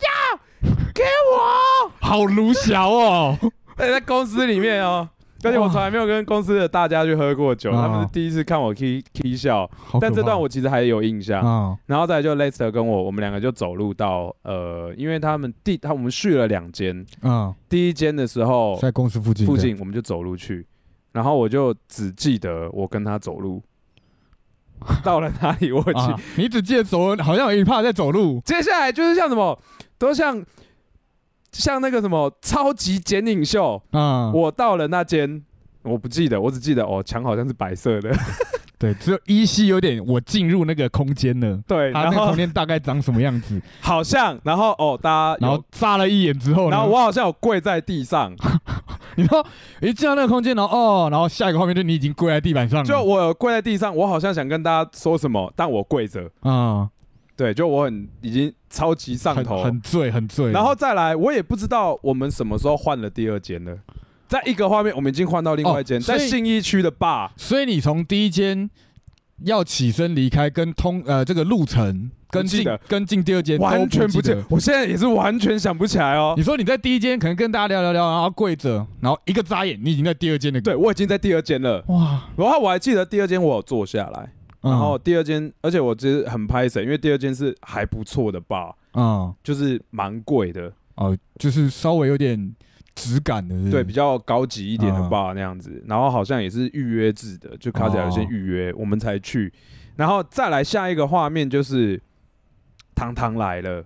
[SPEAKER 2] 给我。
[SPEAKER 1] 好卢小哦，
[SPEAKER 2] 哎，在公司里面哦， 而且我从来没有跟公司的大家去喝过酒，
[SPEAKER 1] 哇
[SPEAKER 2] 他们是第一次看我 k k 笑，
[SPEAKER 1] 好可
[SPEAKER 2] 但这
[SPEAKER 1] 怕
[SPEAKER 2] 段我其实还有印象。
[SPEAKER 1] 啊
[SPEAKER 2] 然后再来就 Lester 跟我，我们两个就走路到呃，因为他们第他我们续了两间，
[SPEAKER 1] 啊，
[SPEAKER 2] 第一间的时候
[SPEAKER 1] 在公司附近
[SPEAKER 2] 哦附近我们就走路去，然后我就只记得我跟他走 路，到了哪里我
[SPEAKER 1] 这
[SPEAKER 2] 记
[SPEAKER 1] 样啊，你只记得走，好像有一怕在走路
[SPEAKER 2] 接下来就是像什么，都像像那个什么超级剪影秀，
[SPEAKER 1] 啊，
[SPEAKER 2] 我到了那间。我不记得，我只记得哦，墙好像是白色的，
[SPEAKER 1] 对，只有依稀有点我进入那个空间了。
[SPEAKER 2] 对，
[SPEAKER 1] 啊他那
[SPEAKER 2] 然
[SPEAKER 1] 个空
[SPEAKER 2] 后
[SPEAKER 1] 间大概长什么样 子？
[SPEAKER 2] 好像，然后哦，大家
[SPEAKER 1] 然
[SPEAKER 2] 有
[SPEAKER 1] 后，眨了嗯一眼之后呢，
[SPEAKER 2] 然后我好像有跪在地上，
[SPEAKER 1] 你知道一进到那个空间，然后哦，然后下一个画面就你已经跪在地板上了，
[SPEAKER 2] 就我有跪在地上，我好像想跟大家说什么，但我跪着，
[SPEAKER 1] 啊，
[SPEAKER 2] 对，就我很已经超级上
[SPEAKER 1] 很
[SPEAKER 2] 头，
[SPEAKER 1] 很醉很醉，
[SPEAKER 2] 然后再来，我也不知道我们什么时候换了第二间了，在一个画面我们已经换到另外一间，
[SPEAKER 1] 哦所
[SPEAKER 2] 在
[SPEAKER 1] 以
[SPEAKER 2] 信义区的坝，
[SPEAKER 1] 所以你从第一间要起身离开，跟通呃这个路程跟
[SPEAKER 2] 不记
[SPEAKER 1] 进
[SPEAKER 2] 得
[SPEAKER 1] 跟进第二间
[SPEAKER 2] 完全
[SPEAKER 1] 不
[SPEAKER 2] 不
[SPEAKER 1] 记
[SPEAKER 2] 见
[SPEAKER 1] 得。，
[SPEAKER 2] 我现在也是完全想不起来哦
[SPEAKER 1] 你。说你在第一间可能跟大家聊聊聊，然后跪着，然后一个眨眼，你已经在第二间的
[SPEAKER 2] 对，我已经在第二间了，
[SPEAKER 1] 哇，
[SPEAKER 2] 然后我还记得第二间我有坐下来，
[SPEAKER 1] 嗯
[SPEAKER 2] 然后第二间，而且我其实很拍手，因为第二间是还不错的吧，
[SPEAKER 1] 嗯
[SPEAKER 2] 就是蛮贵的，
[SPEAKER 1] 哦，就是稍微有点质感的是不是
[SPEAKER 2] 对，比较高级一点的
[SPEAKER 1] 嗯
[SPEAKER 2] 吧那样子，然后好像也是预约制的，就卡姐有先
[SPEAKER 1] 哦
[SPEAKER 2] 预约，我们才去，然后再来下一个画面就是糖糖来了。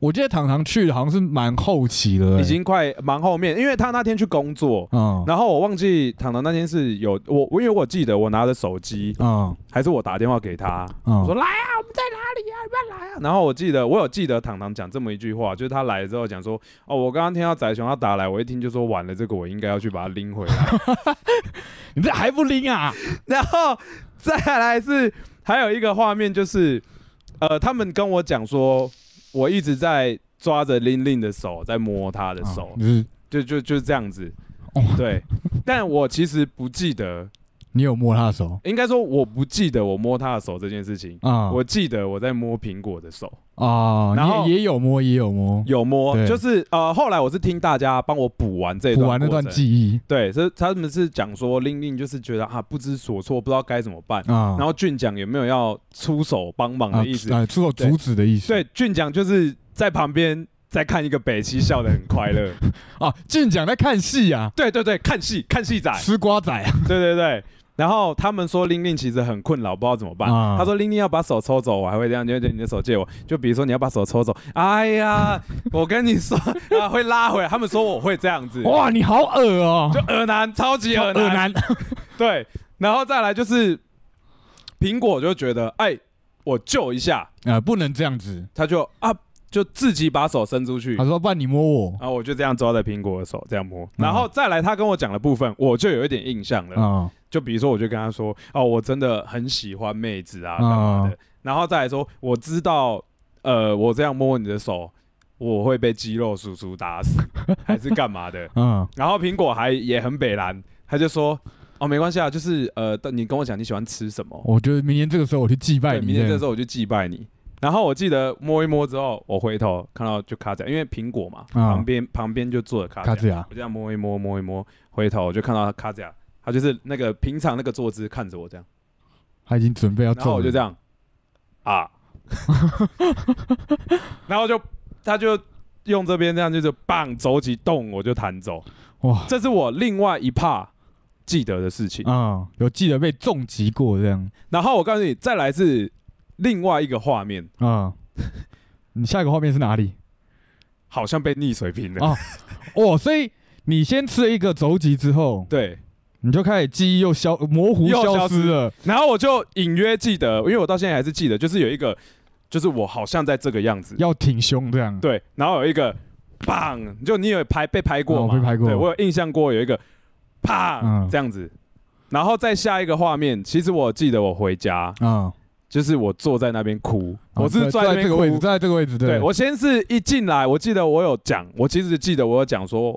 [SPEAKER 1] 我记得糖糖去好像是蛮后期的、欸
[SPEAKER 2] 已经快忙后面，因为他那天去工作，
[SPEAKER 1] 嗯
[SPEAKER 2] 然后我忘记糖糖那天是有我，我因为我记得我拿着手机，
[SPEAKER 1] 嗯
[SPEAKER 2] 还是我打电话给他，我说
[SPEAKER 1] 嗯
[SPEAKER 2] 来啊，我们在哪里呀、啊？要不要来啊？然后我记得我有记得糖糖讲这么一句话，就是他来之后讲说，哦，我刚刚听到仔熊要打来，我一听就说完了，这个我应该要去把他拎回来。
[SPEAKER 1] 你这还不拎啊？
[SPEAKER 2] 然后再来是还有一个画面就是，呃，他们跟我讲说，我一直在抓着玲玲的手，在摸她的手
[SPEAKER 1] 嗯，就是
[SPEAKER 2] 就就就是这样子
[SPEAKER 1] 哦。
[SPEAKER 2] 对，但我其实不记得，
[SPEAKER 1] 你有摸他的手
[SPEAKER 2] 应该说我不记得我摸他的手这件事情。
[SPEAKER 1] 啊？
[SPEAKER 2] 我记得我在摸苹果的手，
[SPEAKER 1] 啊，
[SPEAKER 2] 然后
[SPEAKER 1] 你也也有摸，也有摸，
[SPEAKER 2] 有摸，
[SPEAKER 1] 对
[SPEAKER 2] 就是呃，后来我是听大家帮我补完这一
[SPEAKER 1] 补
[SPEAKER 2] 段
[SPEAKER 1] 完那
[SPEAKER 2] 过
[SPEAKER 1] 段
[SPEAKER 2] 程，
[SPEAKER 1] 记忆
[SPEAKER 2] 对，所以他们是讲说令令就是觉得啊不知所措，不知道该怎么办，
[SPEAKER 1] 啊。
[SPEAKER 2] 然后俊讲有没有要出手帮忙
[SPEAKER 1] 啊
[SPEAKER 2] 的意思？
[SPEAKER 1] 啊，出手阻止的意思。
[SPEAKER 2] 对，，俊讲就是在旁边在看一个北七笑得很快 乐。
[SPEAKER 1] 啊，进奖在看戏啊，
[SPEAKER 2] 对对对，看戏看戏仔，
[SPEAKER 1] 吃瓜仔啊，
[SPEAKER 2] 对对对。然后他们说玲玲其实很困扰，不知道怎么办。
[SPEAKER 1] 啊
[SPEAKER 2] 他说玲玲要把手抽走，我还会这样，就就你的手借我。就比如说你要把手抽走，哎呀，我跟你说啊，会拉回来。他们说我会这 样子，
[SPEAKER 1] 哇，你好恶哦、
[SPEAKER 2] 就耳男，超级耳男。
[SPEAKER 1] 恶男，
[SPEAKER 2] 对，然后再来就是苹果就觉得，哎，我救一下，
[SPEAKER 1] 啊，不能这样子。
[SPEAKER 2] 他就啊，就自己把手伸出去
[SPEAKER 1] 他。说：“不然你摸我。
[SPEAKER 2] 然后我就这样抓着苹果的手，这样摸，
[SPEAKER 1] 嗯
[SPEAKER 2] 然后再来他跟我讲的部分，我就有一点印象了。
[SPEAKER 1] 啊
[SPEAKER 2] 就比如说，我就跟他说，哦，我真的很喜欢妹子啊，干
[SPEAKER 1] 嗯
[SPEAKER 2] 嘛的。然后再来说，我知道，呃，我这样摸你的手，我会被肌肉叔叔打死，还是干嘛的？
[SPEAKER 1] 嗯
[SPEAKER 2] 然后苹果还也很北蓝，他就说，哦，没关系啊，就是呃，你跟我讲你喜欢吃什么，
[SPEAKER 1] 我觉得明年这个时候我去祭拜
[SPEAKER 2] 对，
[SPEAKER 1] 你。
[SPEAKER 2] 明天这时
[SPEAKER 1] 候
[SPEAKER 2] 候我就祭拜你。然后我记得摸一摸之后，我回头看到就卡仔，因为苹果嘛，
[SPEAKER 1] 嗯
[SPEAKER 2] 旁边旁边就坐着卡
[SPEAKER 1] 卡
[SPEAKER 2] 仔
[SPEAKER 1] 子，呀，
[SPEAKER 2] 我这样摸一摸摸一摸，回头我就看到他卡仔，他就是那个平常那个坐姿看着我这样，
[SPEAKER 1] 他已经准备要
[SPEAKER 2] 然后
[SPEAKER 1] 揍
[SPEAKER 2] 我就
[SPEAKER 1] 你
[SPEAKER 2] 这。样 啊，然后就他就用这边这样就是棒肘击动我就弹走，
[SPEAKER 1] 哇
[SPEAKER 2] 这是我另外一怕记得的事情。
[SPEAKER 1] 啊！有记得被重击过这样
[SPEAKER 2] 然后我告诉你，再来是另外一个画面，
[SPEAKER 1] 啊？ 你下一个画面是哪里？
[SPEAKER 2] 好像被溺水瓶了。
[SPEAKER 1] 啊哦，所以你先吃了一个肘击之后，
[SPEAKER 2] 对，
[SPEAKER 1] 你就开始记忆又消模糊
[SPEAKER 2] 又
[SPEAKER 1] 消
[SPEAKER 2] 消
[SPEAKER 1] 失
[SPEAKER 2] 失
[SPEAKER 1] 了。
[SPEAKER 2] 然后我就隐约记得，因为我到现在还是记得，就是有一个，就是我好像在这个样子。
[SPEAKER 1] 要挺胸这样。
[SPEAKER 2] 对，然后有一个棒，就你有拍被拍
[SPEAKER 1] 哦
[SPEAKER 2] 过吗？
[SPEAKER 1] 被拍过
[SPEAKER 2] 对我有印象过有一个
[SPEAKER 1] 嗯
[SPEAKER 2] 砰这样子。然后再下一个画面，其实我记得我回家，
[SPEAKER 1] 啊，
[SPEAKER 2] 就是我坐在那边哭，
[SPEAKER 1] 啊
[SPEAKER 2] 我是
[SPEAKER 1] 坐
[SPEAKER 2] 坐在
[SPEAKER 1] 在
[SPEAKER 2] 那
[SPEAKER 1] 这
[SPEAKER 2] 边
[SPEAKER 1] 个位置，
[SPEAKER 2] 哭。
[SPEAKER 1] 坐在这个位置。
[SPEAKER 2] 对我先是一进来，我记得我有讲，我其实记得我有讲说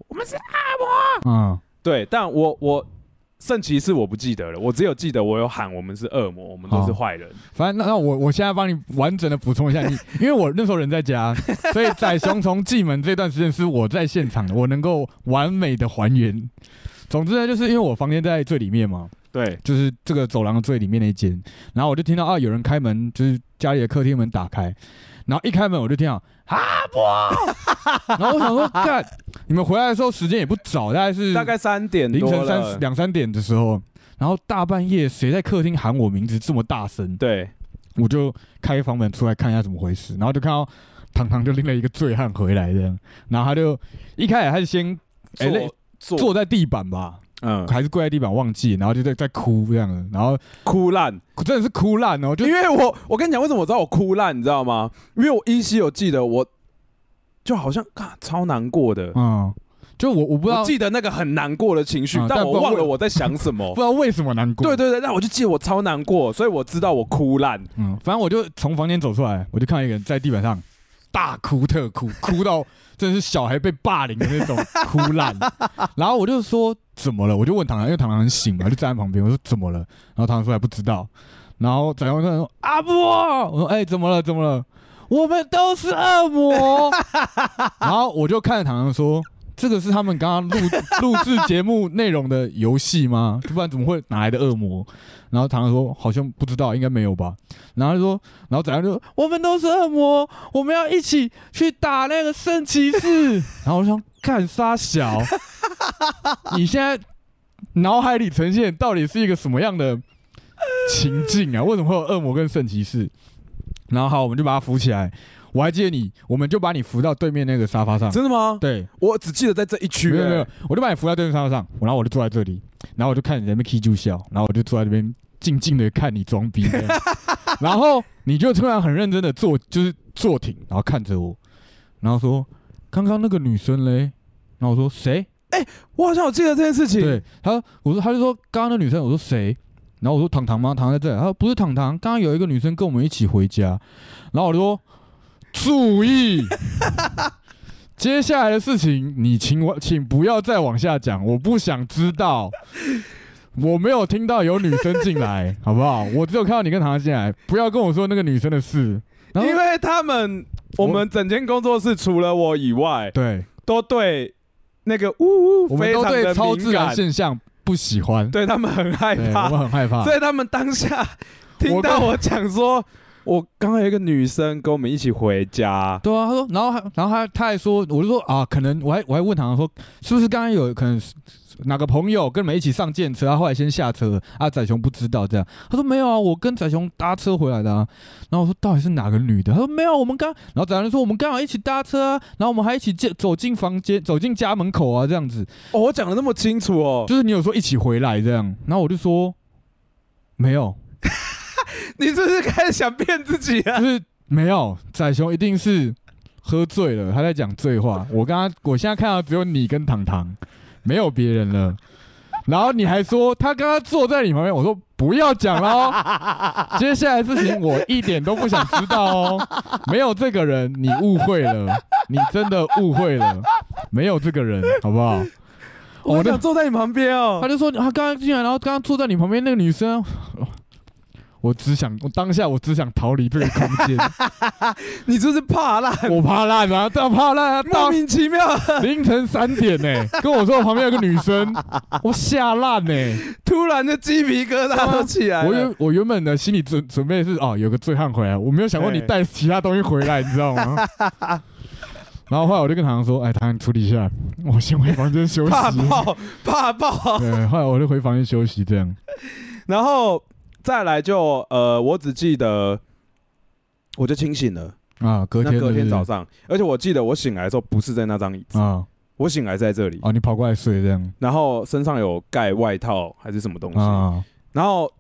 [SPEAKER 1] 嗯
[SPEAKER 2] 对，但我我圣骑士我不记得了，我只有记得我有喊我们是恶魔，我们
[SPEAKER 1] 哦
[SPEAKER 2] 都是坏人。
[SPEAKER 1] 反正那那我我现在帮你完整的补充一下， 你因为我那时候人在家，所以仔熊从进门这段时间是我在现场的，我能够完美的还原。总之呢，就是因为我房间在最里面嘛，
[SPEAKER 2] 对，
[SPEAKER 1] 就是这个走廊的最里面那一间，然后我就听到啊有人开门，就是家里的客厅门打开，然后一开门我就听到啊不， 然后我想说，干，你们回来的时候时间也不早，大概是
[SPEAKER 2] 大概三点
[SPEAKER 1] 凌
[SPEAKER 2] 多
[SPEAKER 1] 晨
[SPEAKER 2] 了。
[SPEAKER 1] 三两三点的时候，然后大半夜谁在客厅喊我名字这么大声？
[SPEAKER 2] 对，
[SPEAKER 1] 我就开房门出来看一下怎么回事，然后就看到糖糖就拎了一个醉汉回来这样，然后他就一开始他就先哎累
[SPEAKER 2] 坐
[SPEAKER 1] 坐在地板吧，
[SPEAKER 2] 嗯
[SPEAKER 1] 还是跪在地板忘记，然后就在在哭这样子，然后
[SPEAKER 2] 哭烂，
[SPEAKER 1] 真的是哭烂哦，就
[SPEAKER 2] 因为我我跟你讲为什么我知道我哭烂，你知道吗？因为我依稀有记得我。就好像啊，超难过的。
[SPEAKER 1] 嗯，就我我不知道
[SPEAKER 2] 我记得那个很难过的情绪，
[SPEAKER 1] 啊
[SPEAKER 2] 但
[SPEAKER 1] 但不
[SPEAKER 2] 我
[SPEAKER 1] 知道
[SPEAKER 2] 忘
[SPEAKER 1] 为
[SPEAKER 2] 了我在想什 么
[SPEAKER 1] 不知。道为什么难过，
[SPEAKER 2] 对，对对，但我就记得我超难过，所以我知道我哭烂。
[SPEAKER 1] 嗯，反正我就从房间走出来，我就看到一个人在地板上大哭特哭， 哭到真的是小孩被霸凌的那种 哭烂。然后我就说怎么了？我就问唐唐，因为唐唐很醒嘛，就站在旁边，我说怎么了？然后唐唐说还不知道。然后展望说阿波，我说哎、怎么了怎么了？我们都是恶魔。 然后我就看着唐唐说。这个是他们刚刚录 录制节目内容的游戏吗？不然怎么会哪来的恶魔？然后唐唐说好像不知道，应该没有吧。然后他说，然后怎样就我们都是恶魔，我们要一起去打那个圣骑士。 然后我就想干沙小， 你现在脑海里呈现到底是一个什么样的情境啊？为什么会有恶魔跟圣骑士？然后好，我们就把他扶起来。我还记得你，我们就把你扶到对面那个沙发上。
[SPEAKER 2] 真的吗？
[SPEAKER 1] 对，
[SPEAKER 2] 我只记得在这一区、
[SPEAKER 1] 没有没有
[SPEAKER 2] 哎，
[SPEAKER 1] 我就把你扶到对面沙发上，然后我就坐在这里，然后我就看你在那边 K 住笑，然后我就坐在那边静静的看你装逼这样，然后你就突然很认真的坐，就是坐挺，然后看着我，然后说：“刚刚那个女生嘞？”然后我说：“谁
[SPEAKER 2] 我好像有记得这件事？”情。
[SPEAKER 1] 对，他说：“我说，他就说刚刚那女生。”我说：“谁？”然后我说：“糖糖吗？糖糖在这里。”他说：“不是糖糖，刚刚有一个女生跟我们一起回家。”然后我就说：“注 意。”接下来的事情，你请我，请不要再往下讲，我不想知道。我没有听到有女生进来，好不好？我只有看到你跟糖糖进来，不要跟我说那个女生的事。然后
[SPEAKER 2] 因为他们
[SPEAKER 1] 我
[SPEAKER 2] 我们整间工作室除了我以外，
[SPEAKER 1] 对，
[SPEAKER 2] 都对那个呜
[SPEAKER 1] 我
[SPEAKER 2] 呜
[SPEAKER 1] 们
[SPEAKER 2] 非
[SPEAKER 1] 都
[SPEAKER 2] 常
[SPEAKER 1] 对
[SPEAKER 2] 的
[SPEAKER 1] 超自
[SPEAKER 2] 敏
[SPEAKER 1] 然
[SPEAKER 2] 感，
[SPEAKER 1] 现象不喜欢，
[SPEAKER 2] 对他们很害
[SPEAKER 1] 对，我
[SPEAKER 2] 怕，
[SPEAKER 1] 们很害怕。
[SPEAKER 2] 所以他们当下听到我讲说我刚刚有一个女生跟我们一起回家，
[SPEAKER 1] 对啊，他说，然后还然后他他还说，我就说啊，可能我还我还问他说，是不是刚刚有可能是哪个朋友跟你们一起上电车，他后来先下车了，啊，仔雄不知道这样。他说没有啊，我跟仔雄搭车回来的啊。然后我说到底是哪个女的？他说没有，啊我们刚，然后仔雄说我们刚好一起搭车啊，然后我们还一起进走进房间，走进家门口啊，这样子，
[SPEAKER 2] 哦，我讲的那么清楚哦，
[SPEAKER 1] 就是你有说一起回来这样，然后我就说没有，
[SPEAKER 3] 你是不是开始想骗自己啊？
[SPEAKER 1] 就是没有，仔雄一定是喝醉了，他在讲醉话。我刚刚，我现在看到只有你跟糖糖，没有别人了。然后你还说他刚刚坐在你旁边，我说不要讲了哦，接下来事情我一点都不想知道哦，没有这个人，你误会了，你真的误会了，没有这个人，好不好？
[SPEAKER 2] 我
[SPEAKER 1] 我的
[SPEAKER 2] 想坐在你旁边
[SPEAKER 1] 他
[SPEAKER 2] 哦，
[SPEAKER 1] 就说他刚刚进来，然后刚刚坐在你旁边那个女生，啊我只想，我当下我只想逃离这个空间。
[SPEAKER 2] 你就是怕啦，
[SPEAKER 1] 我怕烂啊，大怕烂啊，
[SPEAKER 2] 莫
[SPEAKER 1] 到
[SPEAKER 2] 名其妙
[SPEAKER 1] 凌晨三点呢、跟我说我旁边有个女生，我吓烂呢。
[SPEAKER 3] 突然就鸡皮疙瘩都起
[SPEAKER 2] 哎
[SPEAKER 3] 来
[SPEAKER 1] 我
[SPEAKER 3] 了。
[SPEAKER 1] 原我原本的心理准准备是哦，有个醉汉回来，我没有想过你带其他东西回来，你知道吗？然后后来我就跟唐唐说，哎，唐唐处理一下，我先回房间休息。
[SPEAKER 3] 怕爆，怕爆，
[SPEAKER 1] 对，后来我就回房间休息，这样。
[SPEAKER 2] 然后再来就呃，我只记得我就清醒了，
[SPEAKER 1] 啊，隔天
[SPEAKER 2] 那隔天早
[SPEAKER 1] 上
[SPEAKER 2] 上，而且我记得我醒来的时候不是在那张椅子，
[SPEAKER 1] 啊
[SPEAKER 2] 我醒来在这里，
[SPEAKER 1] 啊，你跑过来睡这样
[SPEAKER 2] 然后身上有盖外套还是什么东西，
[SPEAKER 1] 啊，
[SPEAKER 2] 然后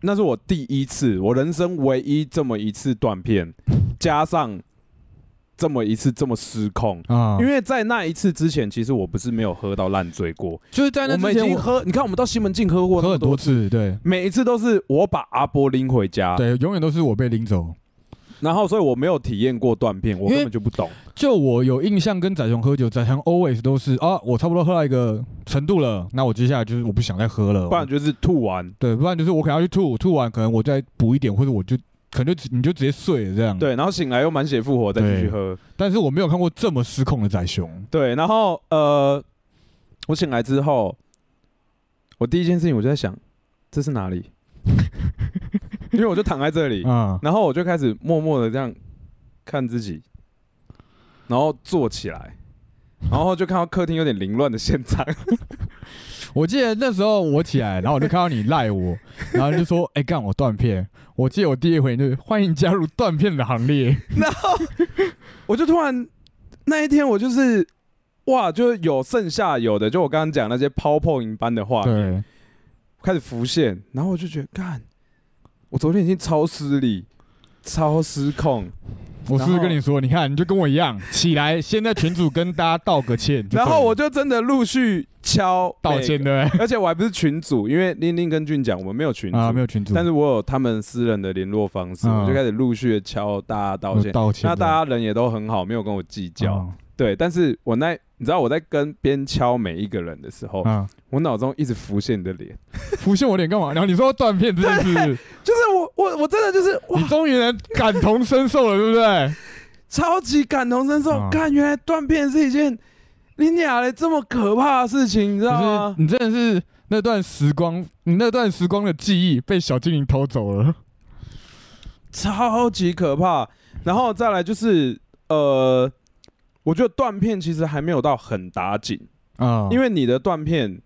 [SPEAKER 2] 那是我第一次，我人生唯一这么一次 断片，加上这么一次这么失控。
[SPEAKER 1] 啊，
[SPEAKER 2] 因
[SPEAKER 1] 为
[SPEAKER 2] 为在那一次之前，其实我不是没有喝到烂醉过，
[SPEAKER 1] 就是在
[SPEAKER 2] 我们已经喝，你看我们到西门庆喝过那
[SPEAKER 1] 喝
[SPEAKER 2] 么
[SPEAKER 1] 很多，次，对
[SPEAKER 2] 每一次啊都是我把阿波拎回家，
[SPEAKER 1] 对，永远都是我被拎走。
[SPEAKER 2] 然后所以我没有体验过断片，我
[SPEAKER 1] 因为
[SPEAKER 2] 根本就不懂。
[SPEAKER 1] 就我有印象，跟仔雄喝酒，仔雄 always 都是啊，我差不多喝到一个程度了，那我接下来就是我不想再喝了，
[SPEAKER 2] 不然就是吐完，
[SPEAKER 1] 对，不然就是我可能要去吐，吐完可能我再补一点，或者我就可能就直你就直接睡了这样。，
[SPEAKER 2] 对，然后醒来又满血复活，再继续
[SPEAKER 1] 对
[SPEAKER 2] 喝，
[SPEAKER 1] 但是我没有看过这么失控的仔雄
[SPEAKER 2] 对，然后呃，我醒来之后，我第一件事情我就在想，这是哪 里？因为我就躺在这里，
[SPEAKER 1] 啊、
[SPEAKER 2] 然后我就开始默默的这样看自己，然后坐起来，然后就看到客厅有点凌乱的现场，
[SPEAKER 1] 我记得那时候我起来，然后我就看到你赖 我，然后就说：“哎、干我断片。”我记得我第一回就是欢迎加入断片的行列。
[SPEAKER 2] 我就突然那一天我就是哇，就是有剩下有的，就我刚刚讲那些抛破银般的话
[SPEAKER 1] 对，
[SPEAKER 2] 开始浮现，然后我就觉得干，我昨天已经超失礼，超失控。
[SPEAKER 1] 我是不
[SPEAKER 2] 然
[SPEAKER 1] 是
[SPEAKER 2] 后
[SPEAKER 1] 跟你说？你看，你就跟我一样，起来先在群主跟大家道个歉。就
[SPEAKER 2] 然后
[SPEAKER 1] 对了
[SPEAKER 2] 我就真的陆续敲
[SPEAKER 1] 道歉
[SPEAKER 2] 每个，
[SPEAKER 1] 对不
[SPEAKER 2] 而且我还不是群主，因为玲玲跟俊讲我们没有群
[SPEAKER 1] 对
[SPEAKER 2] 主，
[SPEAKER 1] 啊，没有群主，
[SPEAKER 2] 但是我有他们私人的联络方式，
[SPEAKER 1] 嗯
[SPEAKER 2] 我就开始陆续的敲大家道歉。
[SPEAKER 1] 道歉啊
[SPEAKER 2] 那
[SPEAKER 1] 的，
[SPEAKER 2] 大家人也都很好，没有跟我计较。对，但是我那你知道我在跟边敲每一个人的时候，
[SPEAKER 1] 啊，
[SPEAKER 2] 我脑中一直浮现你的脸，
[SPEAKER 1] 浮现我脸干嘛？然后你说断片这件事，
[SPEAKER 2] 就是我我我真的就是 哇
[SPEAKER 1] 你，终于能感同身受了，对不对？
[SPEAKER 2] 超级感同身受
[SPEAKER 1] 啊。
[SPEAKER 2] 看、原来断片是一件你俩的这么可怕的事情，你知道
[SPEAKER 1] 就是
[SPEAKER 2] 吗？
[SPEAKER 1] 你真的是那段时光，你那段时光的记忆被小精灵偷走了。
[SPEAKER 2] 超级可怕。然后再来就是呃，我觉得断片其实还没有到很打紧，
[SPEAKER 1] 啊，
[SPEAKER 2] 因
[SPEAKER 1] 为
[SPEAKER 2] 为你的断片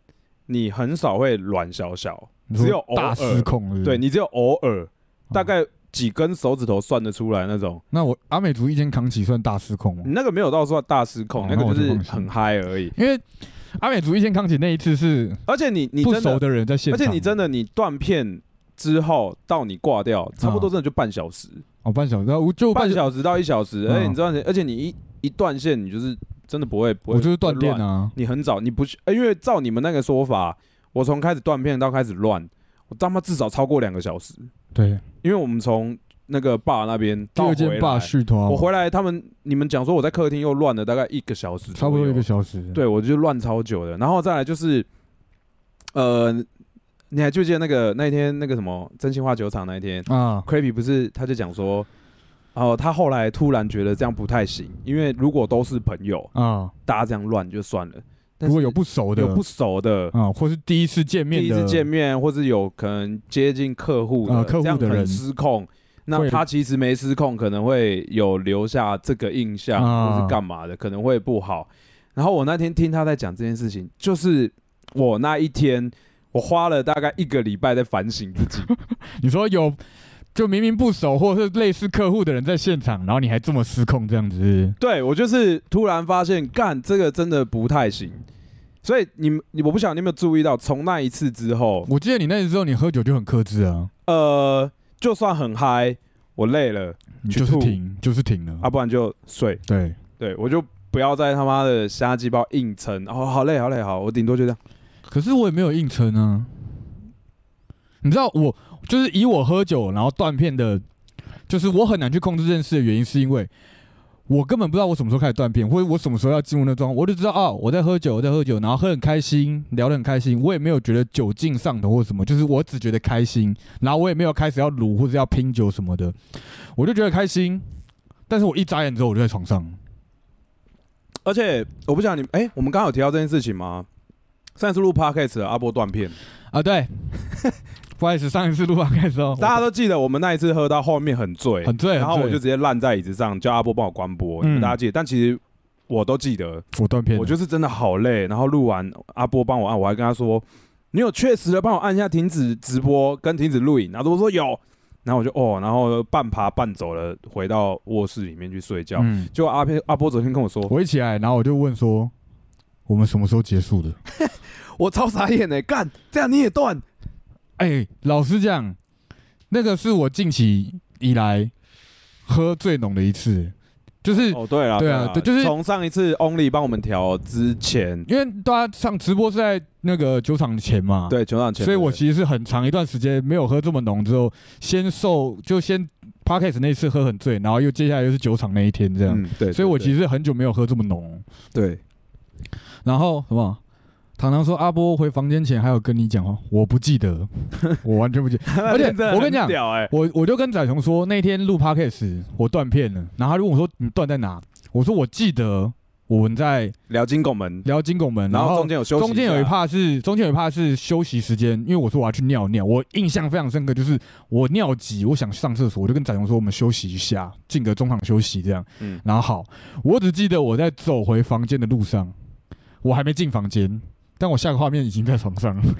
[SPEAKER 2] 你很少会软小小，只有偶尔
[SPEAKER 1] 大失控是不是
[SPEAKER 2] 对你只有偶尔
[SPEAKER 1] 啊
[SPEAKER 2] 大概几根手指头算得出来那种，
[SPEAKER 1] 那我阿美族一肩扛起算大失控吗
[SPEAKER 2] 你？那个没有到说大失控
[SPEAKER 1] 哦，
[SPEAKER 2] 那个
[SPEAKER 1] 那我
[SPEAKER 2] 就是
[SPEAKER 1] 就放心
[SPEAKER 2] 很嗨而已。
[SPEAKER 1] 因为阿美族一肩扛起那一次是
[SPEAKER 2] 而且你你
[SPEAKER 1] 不
[SPEAKER 2] 真的
[SPEAKER 1] 熟的人在现
[SPEAKER 2] 而
[SPEAKER 1] 场，
[SPEAKER 2] 且你真的你断片之后到你挂掉，差不多真的就半小时，
[SPEAKER 1] 哦半小时，嗯然后我就
[SPEAKER 2] 半
[SPEAKER 1] 时，
[SPEAKER 2] 小时到一小时。
[SPEAKER 1] 嗯
[SPEAKER 2] 哎而且你知道，而且你一一断线，你就是真的不会不会，
[SPEAKER 1] 我就是断电
[SPEAKER 2] 不会乱。
[SPEAKER 1] 啊，
[SPEAKER 2] 你很早，你不去，呃因为照你们那个说法，我从开始断片到开始乱，我他妈至少超过两个小时，
[SPEAKER 1] 对，
[SPEAKER 2] 因为我们从那个坝那边
[SPEAKER 1] 第
[SPEAKER 2] 到
[SPEAKER 1] 二
[SPEAKER 2] 回
[SPEAKER 1] 件霸
[SPEAKER 2] 来，
[SPEAKER 1] 续团，
[SPEAKER 2] 我回来他们你们讲说我在客厅又乱了大概一个小时左右，
[SPEAKER 1] 差不多一个小时，
[SPEAKER 2] 对，我就乱超久的。然后再来就是，呃，你还记不记得那个那一天那个什么真心话酒厂那一天
[SPEAKER 1] 啊，
[SPEAKER 2] ，Creepy 不是他就讲说，哦、他后来突然觉得这样不太行，因为如果都是朋友，
[SPEAKER 1] 啊，
[SPEAKER 2] 大家这样乱就算了，但
[SPEAKER 1] 如果有
[SPEAKER 2] 不
[SPEAKER 1] 不熟的，
[SPEAKER 2] 有不熟的。
[SPEAKER 1] 啊，或是第一次见
[SPEAKER 2] 第
[SPEAKER 1] 面
[SPEAKER 2] 一
[SPEAKER 1] 的，
[SPEAKER 2] 次见面，或是有可能接近客户的，
[SPEAKER 1] 啊客户
[SPEAKER 2] 这样
[SPEAKER 1] 的
[SPEAKER 2] 很
[SPEAKER 1] 人
[SPEAKER 2] 失控。那
[SPEAKER 1] 会
[SPEAKER 2] 他其实没失控，可能会有留下这个印象，
[SPEAKER 1] 啊
[SPEAKER 2] 或是干嘛的，可能会不好。然后我那天听他在讲这件事情，就是我那一天，我花了大概一个礼拜在反省自 己。
[SPEAKER 1] 你说有就明明不熟或者是类似客户的人在现场，然后你还这么失控这样子，
[SPEAKER 2] 对我就是突然发现，干这个真的不太行。所以你们，你我不晓得你有没有注意到，从那一次之后，
[SPEAKER 1] 我记得你那时候你喝酒就很克制啊，
[SPEAKER 2] 呃，就算很嗨，我累了，
[SPEAKER 1] 你
[SPEAKER 2] 去
[SPEAKER 1] 就是
[SPEAKER 2] 吐
[SPEAKER 1] 停，就是停了
[SPEAKER 2] 啊，不然就睡。
[SPEAKER 1] 对，
[SPEAKER 2] 对我就不要再他妈的瞎鸡巴硬撑，哦，好累，好累，好，我顶多就这样。
[SPEAKER 1] 可是我也没有硬撑啊。你知道我就是以我喝酒然后断片的，就是我很难去控制这件事的原因，是因为我根本不知道我什么时候开始断片，或者我什么时候要进入那状况，我就知道哦，我在喝酒，我在喝酒，然后喝很开心，聊得很开心，我也没有觉得酒劲上头或什么，就是我只觉得开心，然后我也没有开始要撸或者要拼酒什么的，我就觉得开心。但是我一眨眼之后我就在床上，
[SPEAKER 2] 而且我不想你，哎、我们刚刚有提到这件事情吗？上一次录 podcast 的阿波断片，
[SPEAKER 1] 啊，对， 不好意思，上一次录完开始哦，
[SPEAKER 2] 大家都记得我们那一次喝到后面很醉，
[SPEAKER 1] 很醉，很
[SPEAKER 2] 然后我
[SPEAKER 1] 醉
[SPEAKER 2] 就直接烂在椅子上，叫阿波帮我关播，
[SPEAKER 1] 嗯
[SPEAKER 2] 你们大家记得，但其实我都记得，
[SPEAKER 1] 我断片了，
[SPEAKER 2] 我就是真的好累。然后录完阿波帮我按，我还跟他说：“你有确实的帮我按一下停止直播跟停止录影。”然后我说有，然后我就哦，然后半爬半走了回到卧室里面去睡觉。
[SPEAKER 1] 嗯，
[SPEAKER 2] 结果阿片阿波昨天跟我说，
[SPEAKER 1] 我一起来，然后我就问说，我们什么时候结束的？
[SPEAKER 2] 我超傻眼哎、干这样你也断？
[SPEAKER 1] 哎、老实讲，那个是我近期以来喝最浓的一次，就是、
[SPEAKER 2] 哦，对了，
[SPEAKER 1] 对啊
[SPEAKER 2] 啦
[SPEAKER 1] 对就是
[SPEAKER 2] 从上一次 Only 帮我们调之前，
[SPEAKER 1] 因为大家上直播是在那个酒厂前嘛，，
[SPEAKER 2] 对球场
[SPEAKER 1] 啊
[SPEAKER 2] 前，
[SPEAKER 1] 所以我
[SPEAKER 2] 对
[SPEAKER 1] 其实是很长一段时间没有喝这么浓，之后先受就先 p a r k a s 那一次喝很醉，然后又接下来又是酒厂那一天这样，
[SPEAKER 2] 嗯对，
[SPEAKER 1] 啊所以我其
[SPEAKER 2] 实
[SPEAKER 1] 实很久没有喝这么浓。
[SPEAKER 2] 对
[SPEAKER 1] 然后什么？糖糖说阿波回房间前还有跟你讲话，我不记 得，我完全不记得。而且我跟你讲
[SPEAKER 2] 很屌哎，
[SPEAKER 1] 我我就跟仔雄说，那天录 podcast 我断片了，然后他就问我说你断在哪？我说我记得我们在
[SPEAKER 2] 聊金拱门，
[SPEAKER 1] 聊金拱门，
[SPEAKER 2] 然
[SPEAKER 1] 嗯
[SPEAKER 2] 后
[SPEAKER 1] 后
[SPEAKER 2] 中间有休息下，
[SPEAKER 1] 中间有一趴是中间有一趴是休息时间，因为我说我要去尿尿，我印象非常深刻，就是我尿急，我想上厕所，我就跟展雄说我们休息一下，进个中场休息这样。
[SPEAKER 2] 嗯
[SPEAKER 1] 然后好，我只记得我在走回房间的路上，我还没进房间，但我下个画面已经在床上了，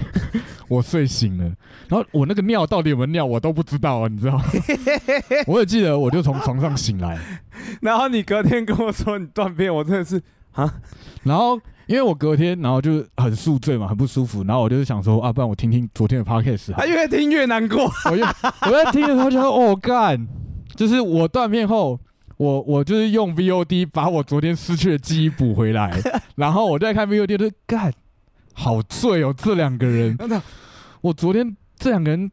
[SPEAKER 1] 我睡醒了，然后我那个尿到底有没有尿我都不知道啊，你知 道吗？我也记得我就从床上醒来，
[SPEAKER 2] 然后你隔天跟我说你断片，我真 的是
[SPEAKER 1] 然后因为我隔天然后就很宿醉嘛，很不舒服，然后我就是想说啊，不然我听听昨天的 podcast 好了
[SPEAKER 2] 啊，越听越难过。
[SPEAKER 1] 我就我在听的时候就说哦干，就是我断片后，我我就是用 VOD 把我昨天失去的记忆补回来，然后我再看 VOD 就是干，好醉哦，这两个人，
[SPEAKER 2] 真的
[SPEAKER 1] 我昨天这两个人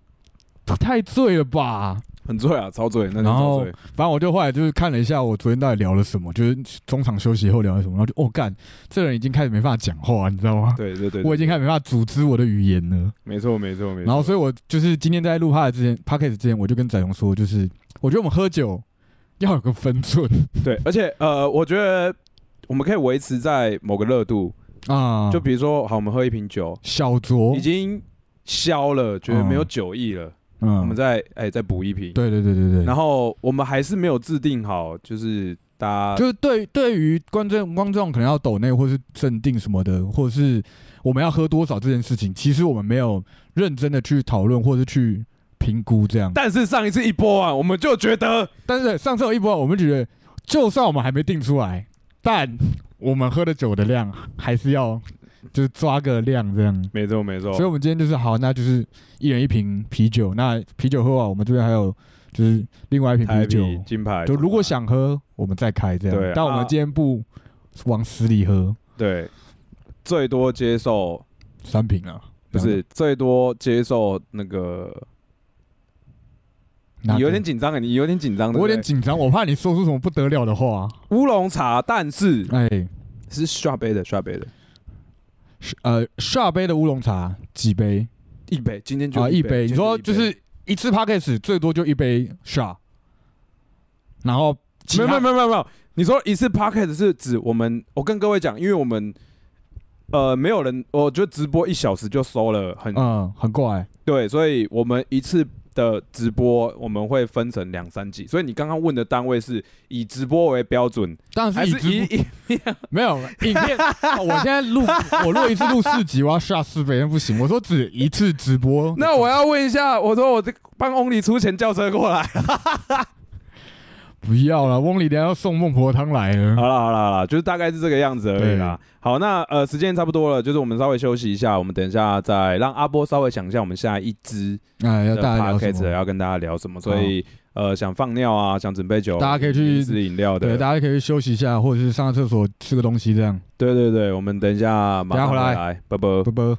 [SPEAKER 1] 太醉了吧。
[SPEAKER 2] 很醉啊，超醉，那就
[SPEAKER 1] 然后
[SPEAKER 2] 超醉。
[SPEAKER 1] 反正我就后来就是看了一下我昨天到底聊了什么，就是中场休息后聊了什么，然后就哦干，这人已经开始没办法讲话，你知道吗？
[SPEAKER 2] 对对对，
[SPEAKER 1] 我已经开始没办法组织我的语言了。
[SPEAKER 2] 没错没错没错。
[SPEAKER 1] 然后，所以我就是今天在录 p o d 之前 p o d c a s 之前，我就跟展荣说，就是我觉得我们喝酒要有个分 寸
[SPEAKER 2] 对，而且呃，我觉得我们可以维持在某个热度，
[SPEAKER 1] 啊，
[SPEAKER 2] 就比如说，好，我们喝一瓶酒，
[SPEAKER 1] 小酌
[SPEAKER 2] 已，经消了，觉得没有酒意了，
[SPEAKER 1] 嗯，
[SPEAKER 2] 我们再哎再补一瓶。
[SPEAKER 1] 对对对对对，
[SPEAKER 2] 然后我们还是没有制定好，就是大家
[SPEAKER 1] 就是对对于观众观众可能要抖内或是镇定什么的，或者是我们要喝多少这件事情，其实我们没有认真的去讨论或是去评估这样。
[SPEAKER 2] 但是上一次一播完，我们就觉得
[SPEAKER 1] 但是上次有一波，我们觉得就算我们还没定出来，但我们喝的酒的量还是要就是抓个量这样。
[SPEAKER 2] 没错没错
[SPEAKER 1] 所以，，我们今天就是好，那就是一人一瓶啤酒。那啤酒喝完，我们这边还有就是另外一瓶
[SPEAKER 2] 台
[SPEAKER 1] 啤酒
[SPEAKER 2] 啤。金牌，
[SPEAKER 1] 就如果
[SPEAKER 2] 金牌
[SPEAKER 1] 想喝，我们再开这
[SPEAKER 2] 对
[SPEAKER 1] 样。但我们
[SPEAKER 2] 啊
[SPEAKER 1] 今天不往死里喝
[SPEAKER 2] 对最多接受
[SPEAKER 1] 三瓶啊，
[SPEAKER 2] 不是最多接受那个，
[SPEAKER 1] 哪个，
[SPEAKER 2] 你有点紧张啊，你有点紧张，
[SPEAKER 1] 我有点
[SPEAKER 2] 对
[SPEAKER 1] 紧张，我怕你说出什么不得了的话。
[SPEAKER 2] 不对乌龙茶，但是
[SPEAKER 1] 哎，
[SPEAKER 2] 是刷杯的，刷杯的，
[SPEAKER 1] 是呃，下杯的乌龙茶几杯
[SPEAKER 2] 一杯，今天就
[SPEAKER 1] 啊？
[SPEAKER 2] 一
[SPEAKER 1] 一杯。你
[SPEAKER 2] 今天
[SPEAKER 1] 说就是一次 p a c k a g e 最多就一杯下，然后其
[SPEAKER 2] 没有
[SPEAKER 1] 他
[SPEAKER 2] 没有没有没有没有，你说一次 pocket 是指我们，我跟各位讲，因为我们。呃，没有人，我觉得直播一小时就收了很，
[SPEAKER 1] 嗯，很怪
[SPEAKER 2] 对，所以我们一次的直播我们会分成两三季，所以你刚刚问的单位是以直播为标准，
[SPEAKER 1] 当
[SPEAKER 2] 还
[SPEAKER 1] 然是以
[SPEAKER 2] 是
[SPEAKER 1] 直
[SPEAKER 2] 以
[SPEAKER 1] 播
[SPEAKER 2] 以
[SPEAKER 1] 没有影片，我现在录我录一次录四集，我要下四倍，那不行。我说只一次直播，
[SPEAKER 2] 那我要问一下，我说我这帮 Only 出钱叫车过 来。
[SPEAKER 1] 不要了。翁里等下要送孟婆汤来了。
[SPEAKER 2] 好了好了好了，就是大概是这个样子而已啦。好，那呃时间差不多了，就是我们稍微休息一下，我们等一下再让阿波稍微想一下我们下一支
[SPEAKER 1] 哎，要
[SPEAKER 2] 的
[SPEAKER 1] 大家聊什
[SPEAKER 2] podcast
[SPEAKER 1] 么？哦
[SPEAKER 2] 要跟大家聊什么，所以呃想放尿啊，想准备酒，
[SPEAKER 1] 大家可以去
[SPEAKER 2] 吃饮料的
[SPEAKER 1] 对，，大家可以休息一下，或者是上个厕所吃个东西，这样。
[SPEAKER 2] 对对对，我们等一下马上
[SPEAKER 1] 等一下回来
[SPEAKER 2] 来，拜拜。
[SPEAKER 1] 啵啵。